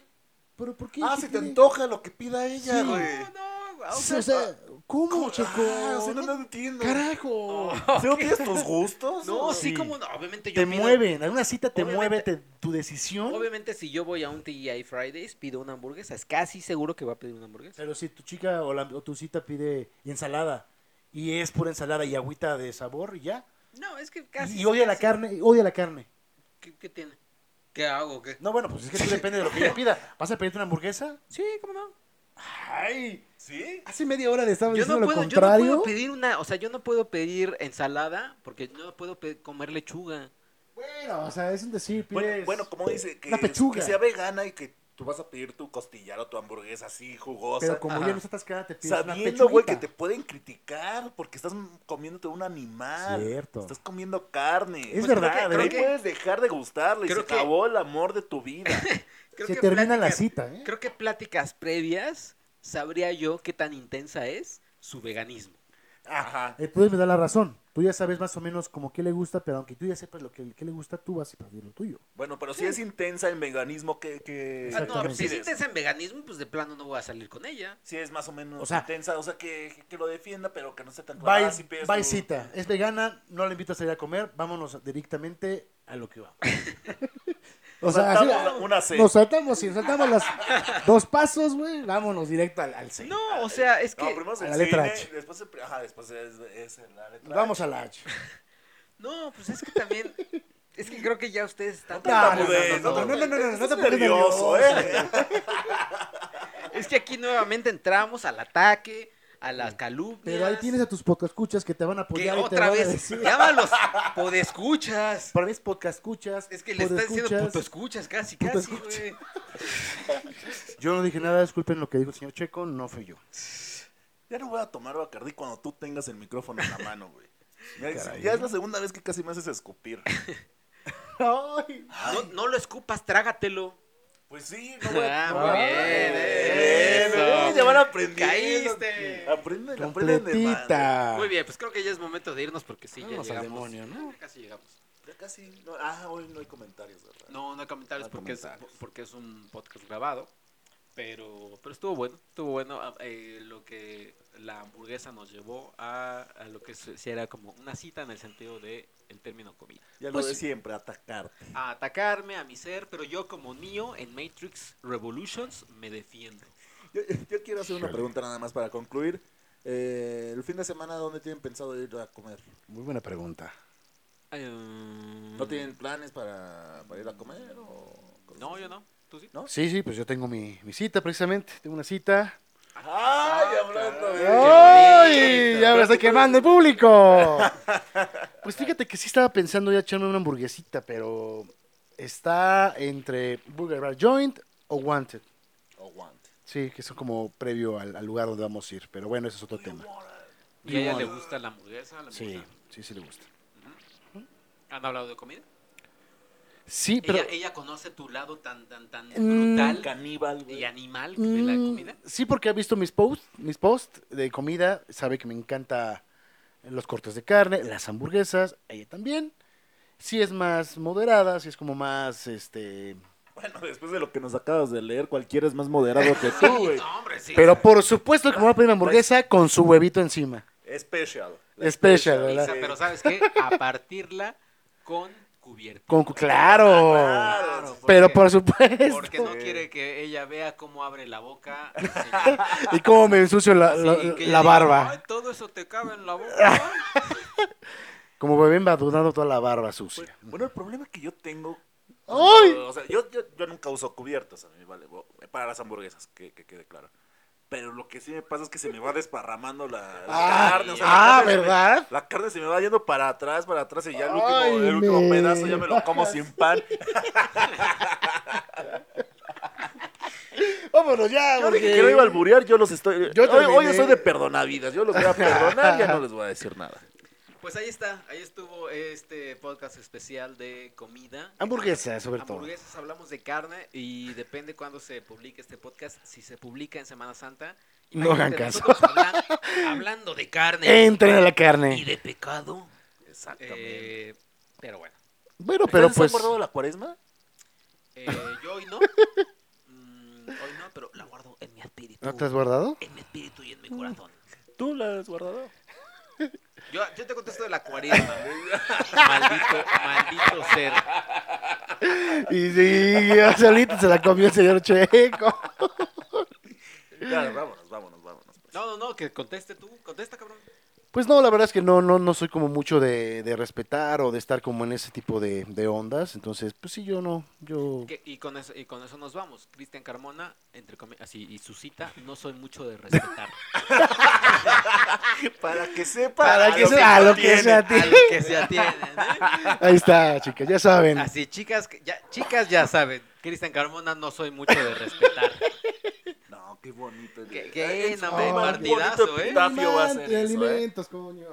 Speaker 3: ¿pero por qué?
Speaker 2: Ah,
Speaker 3: ¿Qué
Speaker 2: si te
Speaker 3: tiene?
Speaker 2: antoja lo que pida ella,
Speaker 3: Sí.
Speaker 2: güey.
Speaker 1: No, no, o
Speaker 3: Sí,
Speaker 1: sea,
Speaker 3: O sea, ¿cómo, Checo?
Speaker 2: Ah, si no,
Speaker 3: No-
Speaker 2: no entiendo.
Speaker 3: Carajo.
Speaker 2: Si no tienes tus gustos.
Speaker 1: no, sí,
Speaker 3: sí.
Speaker 1: como no, obviamente yo
Speaker 3: Te
Speaker 1: pido-
Speaker 3: mueven, alguna cita te
Speaker 1: Obviamente-
Speaker 3: mueve te- tu decisión.
Speaker 1: Obviamente si yo voy a un TGI Fridays, pido una hamburguesa, es casi seguro que va a pedir una hamburguesa.
Speaker 3: Pero si tu chica o, la- o tu cita pide ensalada y es pura ensalada y agüita de sabor y ya.
Speaker 1: No, es que casi.
Speaker 3: y odia la
Speaker 1: casi.
Speaker 3: carne, odia la carne.
Speaker 1: ¿Qué, qué tiene? ¿Qué hago? ¿Qué?
Speaker 3: No, bueno, pues es que tú depende de lo que ella pida. ¿Vas a pedirte una hamburguesa?
Speaker 1: Sí, cómo no.
Speaker 3: Ay,
Speaker 2: ¿Sí?
Speaker 3: hace media hora le estaba
Speaker 1: Yo
Speaker 3: diciendo
Speaker 1: no,
Speaker 3: lo
Speaker 1: puedo, yo no
Speaker 3: contrario.
Speaker 1: puedo pedir una, o sea, yo no puedo pedir ensalada porque no puedo pe- comer lechuga.
Speaker 3: Bueno, o sea, es un decir, pides...
Speaker 2: Bueno, bueno, como dice, que,
Speaker 3: Pues, una pechuga.
Speaker 2: que sea vegana y que tú vas a pedir tu costillar o tu hamburguesa así jugosa.
Speaker 3: Pero como
Speaker 1: ajá.
Speaker 3: ya no está atascada, te pides
Speaker 2: Sabiendo, güey, que
Speaker 3: pechuguita.
Speaker 2: te pueden criticar porque estás comiéndote un animal.
Speaker 3: Cierto.
Speaker 2: Estás comiendo carne.
Speaker 3: Es verdad, ¿eh?
Speaker 2: creo que-
Speaker 1: creo
Speaker 2: No
Speaker 1: que-
Speaker 2: puedes dejar de gustarle.
Speaker 1: creo
Speaker 2: se
Speaker 1: que-
Speaker 2: acabó el amor de tu vida.
Speaker 1: Creo
Speaker 3: Se
Speaker 1: que
Speaker 3: termina la
Speaker 1: plática-
Speaker 3: cita, ¿eh?
Speaker 1: Creo que pláticas previas sabría yo qué tan intensa es su veganismo. Ah,
Speaker 2: Ajá.
Speaker 3: Eh, puedes me dar la razón. Tú ya sabes más o menos como qué le gusta, pero aunque tú ya sepas lo que, qué le gusta, tú vas a pedir lo tuyo.
Speaker 2: Bueno, pero si es intensa en veganismo, que que
Speaker 1: Ah, no,
Speaker 3: Exactamente.
Speaker 1: si es intensa en veganismo, pues de plano no voy a salir con ella.
Speaker 2: Si es más o menos
Speaker 3: O sea-
Speaker 2: intensa, o sea, que, que lo defienda, pero que no sea tan
Speaker 3: Va
Speaker 2: clara.
Speaker 3: y- va y cita. Es vegana, no la invito a salir a comer, vámonos directamente a lo que vamos. o sea, así-
Speaker 2: Saltamos una C.
Speaker 3: nos saltamos y nos saltamos los dos pasos, güey, vámonos directo al, al C.
Speaker 1: No, o sea, es que.
Speaker 2: No, primero es
Speaker 3: A
Speaker 2: el
Speaker 3: la letra
Speaker 2: cine,
Speaker 3: H.
Speaker 2: después el pri- ajá, después es, es la letra
Speaker 3: Vamos a la H.
Speaker 1: No, pues es que también. es que creo que ya ustedes están.
Speaker 2: No,
Speaker 3: Ah,
Speaker 2: mudez,
Speaker 3: no, no, no, no, no, no, no, no te
Speaker 2: Estás
Speaker 3: pongas
Speaker 2: nervioso,
Speaker 3: nervioso.
Speaker 2: ¿eh?
Speaker 1: Es que aquí nuevamente entramos al ataque, a las calumnias.
Speaker 3: Pero ahí tienes a tus podcastuchas que te van a
Speaker 1: que
Speaker 3: apoyar y te
Speaker 1: otra
Speaker 3: van a
Speaker 1: vez.
Speaker 3: decir.
Speaker 1: Llámalos podescuchas.
Speaker 3: Para mí es podcastuchas.
Speaker 1: Es que le estás diciendo
Speaker 3: podescuchas.
Speaker 1: puto escuchas casi,
Speaker 3: Puto
Speaker 1: casi,
Speaker 3: escuchas.
Speaker 1: güey.
Speaker 3: Yo no dije nada, disculpen lo que dijo el señor Checo, no fui yo.
Speaker 2: Ya no voy a tomar Bacardí cuando tú tengas el micrófono en la mano, güey. Ya, es- ya es la segunda vez que casi me haces escupir.
Speaker 3: Ay.
Speaker 1: No, no lo escupas, trágatelo.
Speaker 2: Pues sí, no voy
Speaker 1: Ah,
Speaker 2: a... no
Speaker 1: muy
Speaker 2: voy a-
Speaker 1: bien,
Speaker 2: Eh, eh,
Speaker 1: eso.
Speaker 2: ya van aprendiendo.
Speaker 1: Caíste.
Speaker 2: Aprenden, aprenden de madre.
Speaker 3: Completita.
Speaker 1: Muy bien, pues creo que ya es momento de irnos porque sí, ya
Speaker 3: Vámonos Ah. al
Speaker 1: llegamos.
Speaker 3: demonio, ¿no?
Speaker 1: Ya Casi llegamos.
Speaker 2: Ya casi... No, ah, hoy no hay comentarios, ¿verdad?
Speaker 1: No, no hay comentarios
Speaker 2: No hay
Speaker 1: porque,
Speaker 2: comentarios.
Speaker 1: Es, porque es un podcast grabado. Pero, pero estuvo bueno, estuvo bueno Ah, eh, lo que la hamburguesa nos llevó a, a lo que se- si era como una cita en el sentido de el término comida.
Speaker 2: Ya
Speaker 3: Pues
Speaker 2: lo de
Speaker 3: sí.
Speaker 2: siempre, atacarte.
Speaker 1: A atacarme, a mi ser, pero yo como Neo en Matrix Revolutions me defiendo.
Speaker 2: Yo, yo quiero hacer una pregunta nada más para concluir. Eh, el fin de semana, ¿dónde tienen pensado ir a comer?
Speaker 4: Muy buena pregunta.
Speaker 1: Mm.
Speaker 2: ¿No tienen planes para, para ir a comer? O... cosas
Speaker 1: No,
Speaker 2: así?
Speaker 1: yo no. ¿Tú sí?
Speaker 4: Sí, sí, pues yo tengo mi, mi cita precisamente. Tengo una cita.
Speaker 1: Ah,
Speaker 2: ¡Ay, hablando de...
Speaker 4: ¡Ay! Ya me está quemando el público. Pues fíjate que sí estaba pensando ya echarme una hamburguesita, pero está entre Burger Bar Joint o Wanted.
Speaker 2: O guante.
Speaker 4: Sí, que son como previo al, al lugar donde vamos a ir. Pero bueno, ese es otro tema.
Speaker 1: ¿Y a ella le gusta la hamburguesa? ¿Le
Speaker 4: Sí,
Speaker 1: gusta?
Speaker 4: sí, sí le gusta.
Speaker 1: ¿Han hablado de comida?
Speaker 4: Sí, pero...
Speaker 1: ¿Ella, ella conoce tu lado tan, tan, tan
Speaker 4: Mm,
Speaker 1: brutal
Speaker 2: Caníbal,
Speaker 1: y
Speaker 2: güey.
Speaker 1: animal de la
Speaker 4: Mm,
Speaker 1: comida?
Speaker 4: Sí, porque ha visto mis posts, mis posts de comida, sabe que me encanta los cortes de carne, las hamburguesas, a ella también. Sí es más moderada, sí es como más, este...
Speaker 2: Bueno, después de lo que nos acabas de leer, cualquiera es más moderado que tú, güey.
Speaker 1: No, hombre, sí.
Speaker 4: Pues Pero por supuesto que me voy a pedir una hamburguesa con su huevito encima.
Speaker 2: Special.
Speaker 4: Special,
Speaker 1: Pizza,
Speaker 4: pues, ¿verdad?
Speaker 1: pero ¿sabes qué? A partirla con cubierta.
Speaker 4: Con, cu- claro.
Speaker 2: Claro.
Speaker 1: Ah, pues, ¿por
Speaker 4: Pero
Speaker 1: qué?
Speaker 4: por supuesto.
Speaker 1: Porque no quiere que ella vea cómo abre la boca. señor.
Speaker 4: Y cómo me ensucio la,
Speaker 1: Así
Speaker 4: la-
Speaker 1: que ella diga,
Speaker 4: la
Speaker 1: "Ay,
Speaker 4: barba.
Speaker 1: todo eso te cabe en la boca. ¿no?".
Speaker 4: Como bebé me va dudando toda la barba sucia.
Speaker 2: Pues, Bueno, el problema que yo tengo.
Speaker 4: ¡Ay!
Speaker 2: O sea, yo, yo, yo nunca uso cubiertos, a mí, vale. bo- Para las hamburguesas, que, que quede claro. Pero lo que sí me pasa es que se me va desparramando la, la
Speaker 3: Ah,
Speaker 2: pues, carne. o sea,
Speaker 3: ah,
Speaker 2: la carne se me-
Speaker 3: ¿verdad?
Speaker 2: la carne se me va yendo para atrás, para atrás, y ya el último,
Speaker 3: Ay,
Speaker 2: el último
Speaker 3: me
Speaker 2: pedazo ya me lo como sin pan.
Speaker 3: Vámonos ya,
Speaker 2: Yo dije
Speaker 3: porque-
Speaker 2: que no iba a alburear, yo los estoy.
Speaker 3: Yo
Speaker 2: hoy, hoy
Speaker 3: terminé.
Speaker 2: yo soy de perdonavidas, yo los voy a perdonar, ya no les voy a decir nada.
Speaker 1: Pues ahí está, ahí estuvo este podcast especial de comida.
Speaker 3: Hamburguesas, sobre todo.
Speaker 1: Hamburguesas, hablamos de carne y depende cuándo se publique este podcast. Si se publica en Semana Santa,
Speaker 3: No hagan
Speaker 1: imagínate
Speaker 3: caso.
Speaker 1: nosotros hablan- hablando de carne
Speaker 3: Entren a la
Speaker 1: y
Speaker 3: carne.
Speaker 1: de pecado.
Speaker 2: Exactamente.
Speaker 1: Eh, pero bueno,
Speaker 3: Bueno, pero pues.
Speaker 2: ¿Ustedes ¿Se han guardado la cuaresma?
Speaker 1: eh, yo hoy no. Mm, hoy no, pero la guardo en mi espíritu.
Speaker 4: ¿No te has guardado?
Speaker 1: En mi espíritu y en mi corazón.
Speaker 2: ¿Tú la has guardado?
Speaker 1: Yo, yo te contesto de la cuaresma. maldito, maldito ser.
Speaker 3: Y sí, o sea, ahorita se la comió el señor Checo. Eh.
Speaker 2: Ya, vámonos, vámonos, vámonos. pues.
Speaker 1: No, no, no, que conteste tú. Contesta, cabrón.
Speaker 4: Pues no, la verdad es que no, no, no soy como mucho de, de respetar o de estar como en ese tipo de, de ondas. Entonces, pues sí, yo no, yo...
Speaker 1: Que- y, con eso, y con eso nos vamos. Cristian Carmona, entre comi- así, y su cita, no soy mucho de respetar.
Speaker 2: Para que sepa.
Speaker 3: Para
Speaker 2: a
Speaker 3: que
Speaker 2: lo
Speaker 3: sea- a lo que
Speaker 2: contiene.
Speaker 3: sea.
Speaker 1: a lo que se atienen, ¿eh?
Speaker 4: Ahí está, chicas, ya saben.
Speaker 1: Así, chicas, que ya, chicas ya saben. Cristian Carmona, no soy mucho de respetar.
Speaker 2: No, qué bonito.
Speaker 1: Qué-
Speaker 2: Qué,
Speaker 1: qué no,
Speaker 2: hombre,
Speaker 3: hombre,
Speaker 1: partidazo, ¿eh?
Speaker 2: Epitafio va a ser
Speaker 3: Alimento,
Speaker 2: eso, ¿eh?
Speaker 3: alimentos, coño.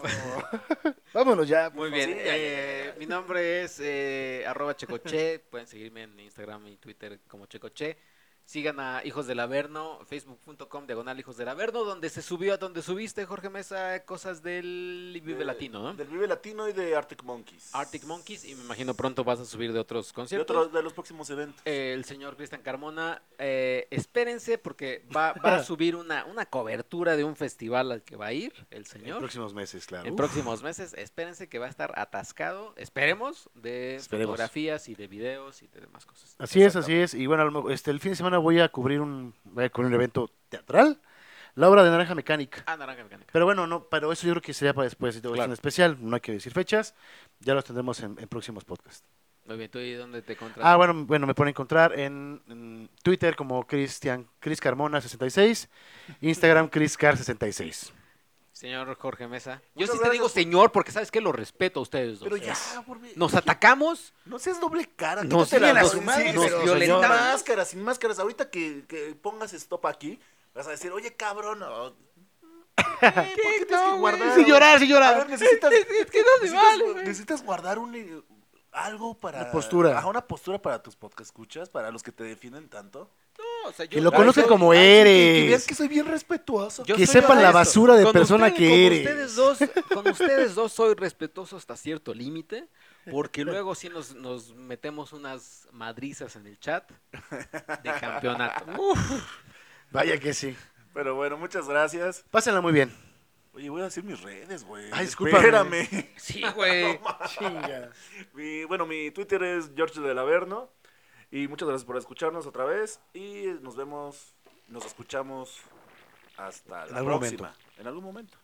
Speaker 4: Vámonos ya.
Speaker 1: Muy bien.
Speaker 2: Sí, ya,
Speaker 1: eh, Mi nombre es eh, arroba checoche. Pueden seguirme en Instagram y Twitter como checoche. Sigan a Hijos del Averno, facebook.com, diagonal Hijos del Averno, donde se subió a donde subiste, Jorge Mesa, cosas del Vive
Speaker 2: De-
Speaker 1: Latino, ¿no?
Speaker 2: Del Vive Latino y de Arctic
Speaker 3: Ah,
Speaker 2: Monkeys.
Speaker 1: Arctic Monkeys, y me imagino pronto vas a subir de otros
Speaker 2: De,
Speaker 1: conciertos.
Speaker 2: otros, de los próximos eventos.
Speaker 1: el señor Cristian Carmona, eh, espérense porque va, va a subir una, una cobertura de un festival al que va a ir el
Speaker 4: En
Speaker 1: señor
Speaker 4: próximos meses, claro.
Speaker 1: en próximos meses. Espérense que va a estar atascado, esperemos, de
Speaker 4: Esperemos.
Speaker 1: fotografías y de videos y de demás cosas.
Speaker 4: Así es, así es. Y bueno, a lo mejor, este, el fin de semana voy a cubrir un, voy a cubrir un evento teatral, la obra de Naranja Mecánica.
Speaker 1: Ah, naranja mecánica.
Speaker 4: Pero bueno, no, pero eso yo creo que sería para después. Es un especial, no hay que decir fechas. Ya los tendremos en, en próximos podcasts.
Speaker 1: Muy bien, ¿tú y dónde te encuentras?
Speaker 4: Ah, bueno, bueno, me pueden encontrar en, en Twitter como Cristian Cris Carmona 66, Instagram Criscar 66.
Speaker 1: Señor Jorge Mesa. Yo
Speaker 2: Muchas
Speaker 1: sí te
Speaker 2: gracias
Speaker 1: digo
Speaker 2: por-
Speaker 1: señor porque sabes que lo respeto a ustedes dos.
Speaker 2: Pero ya, por mi-
Speaker 1: Nos atacamos
Speaker 2: No seas doble cara.
Speaker 1: Nos
Speaker 2: quítate
Speaker 1: siguen
Speaker 2: la-
Speaker 1: a su madre,
Speaker 2: sí,
Speaker 1: nos
Speaker 2: pero
Speaker 1: violentaron.
Speaker 2: Sin máscaras, sin máscaras. Ahorita que, que pongas stop aquí, vas a decir, oye, cabrón. o- ¿Por qué tienes que guardar?
Speaker 3: Sin llorar, sin
Speaker 2: A
Speaker 3: llorar.
Speaker 2: ver, necesitas,
Speaker 1: se
Speaker 2: necesitas,
Speaker 1: vale, güey.
Speaker 2: necesitas guardar un, eh, algo para...
Speaker 4: Una postura.
Speaker 2: Ajá, una postura para tus podcast escuchas, para los que te defienden tanto.
Speaker 1: No, o sea, yo-
Speaker 4: Que lo
Speaker 1: Ay,
Speaker 4: conozcan
Speaker 1: yo-
Speaker 4: como
Speaker 1: ay, sí,
Speaker 4: eres.
Speaker 2: Que, que veas que soy bien respetuoso.
Speaker 1: Yo
Speaker 4: que
Speaker 1: soy
Speaker 4: sepan la
Speaker 1: honesto.
Speaker 4: basura de persona que
Speaker 1: con
Speaker 4: eres.
Speaker 1: Ustedes dos, con ustedes dos soy respetuoso hasta cierto límite, porque luego sí nos, nos metemos unas madrizas en el chat de campeonato.
Speaker 4: Vaya que sí.
Speaker 2: Pero bueno, muchas gracias.
Speaker 4: Pásenla muy bien.
Speaker 2: Oye, voy a decir mis redes, güey.
Speaker 4: Ay, discúlpame.
Speaker 2: Espérame.
Speaker 1: Sí, güey.
Speaker 2: Mi- bueno, mi Twitter es George del Averno. Y muchas gracias por escucharnos otra vez. Y nos vemos, nos escuchamos hasta la
Speaker 4: algún
Speaker 2: próxima. En algún momento.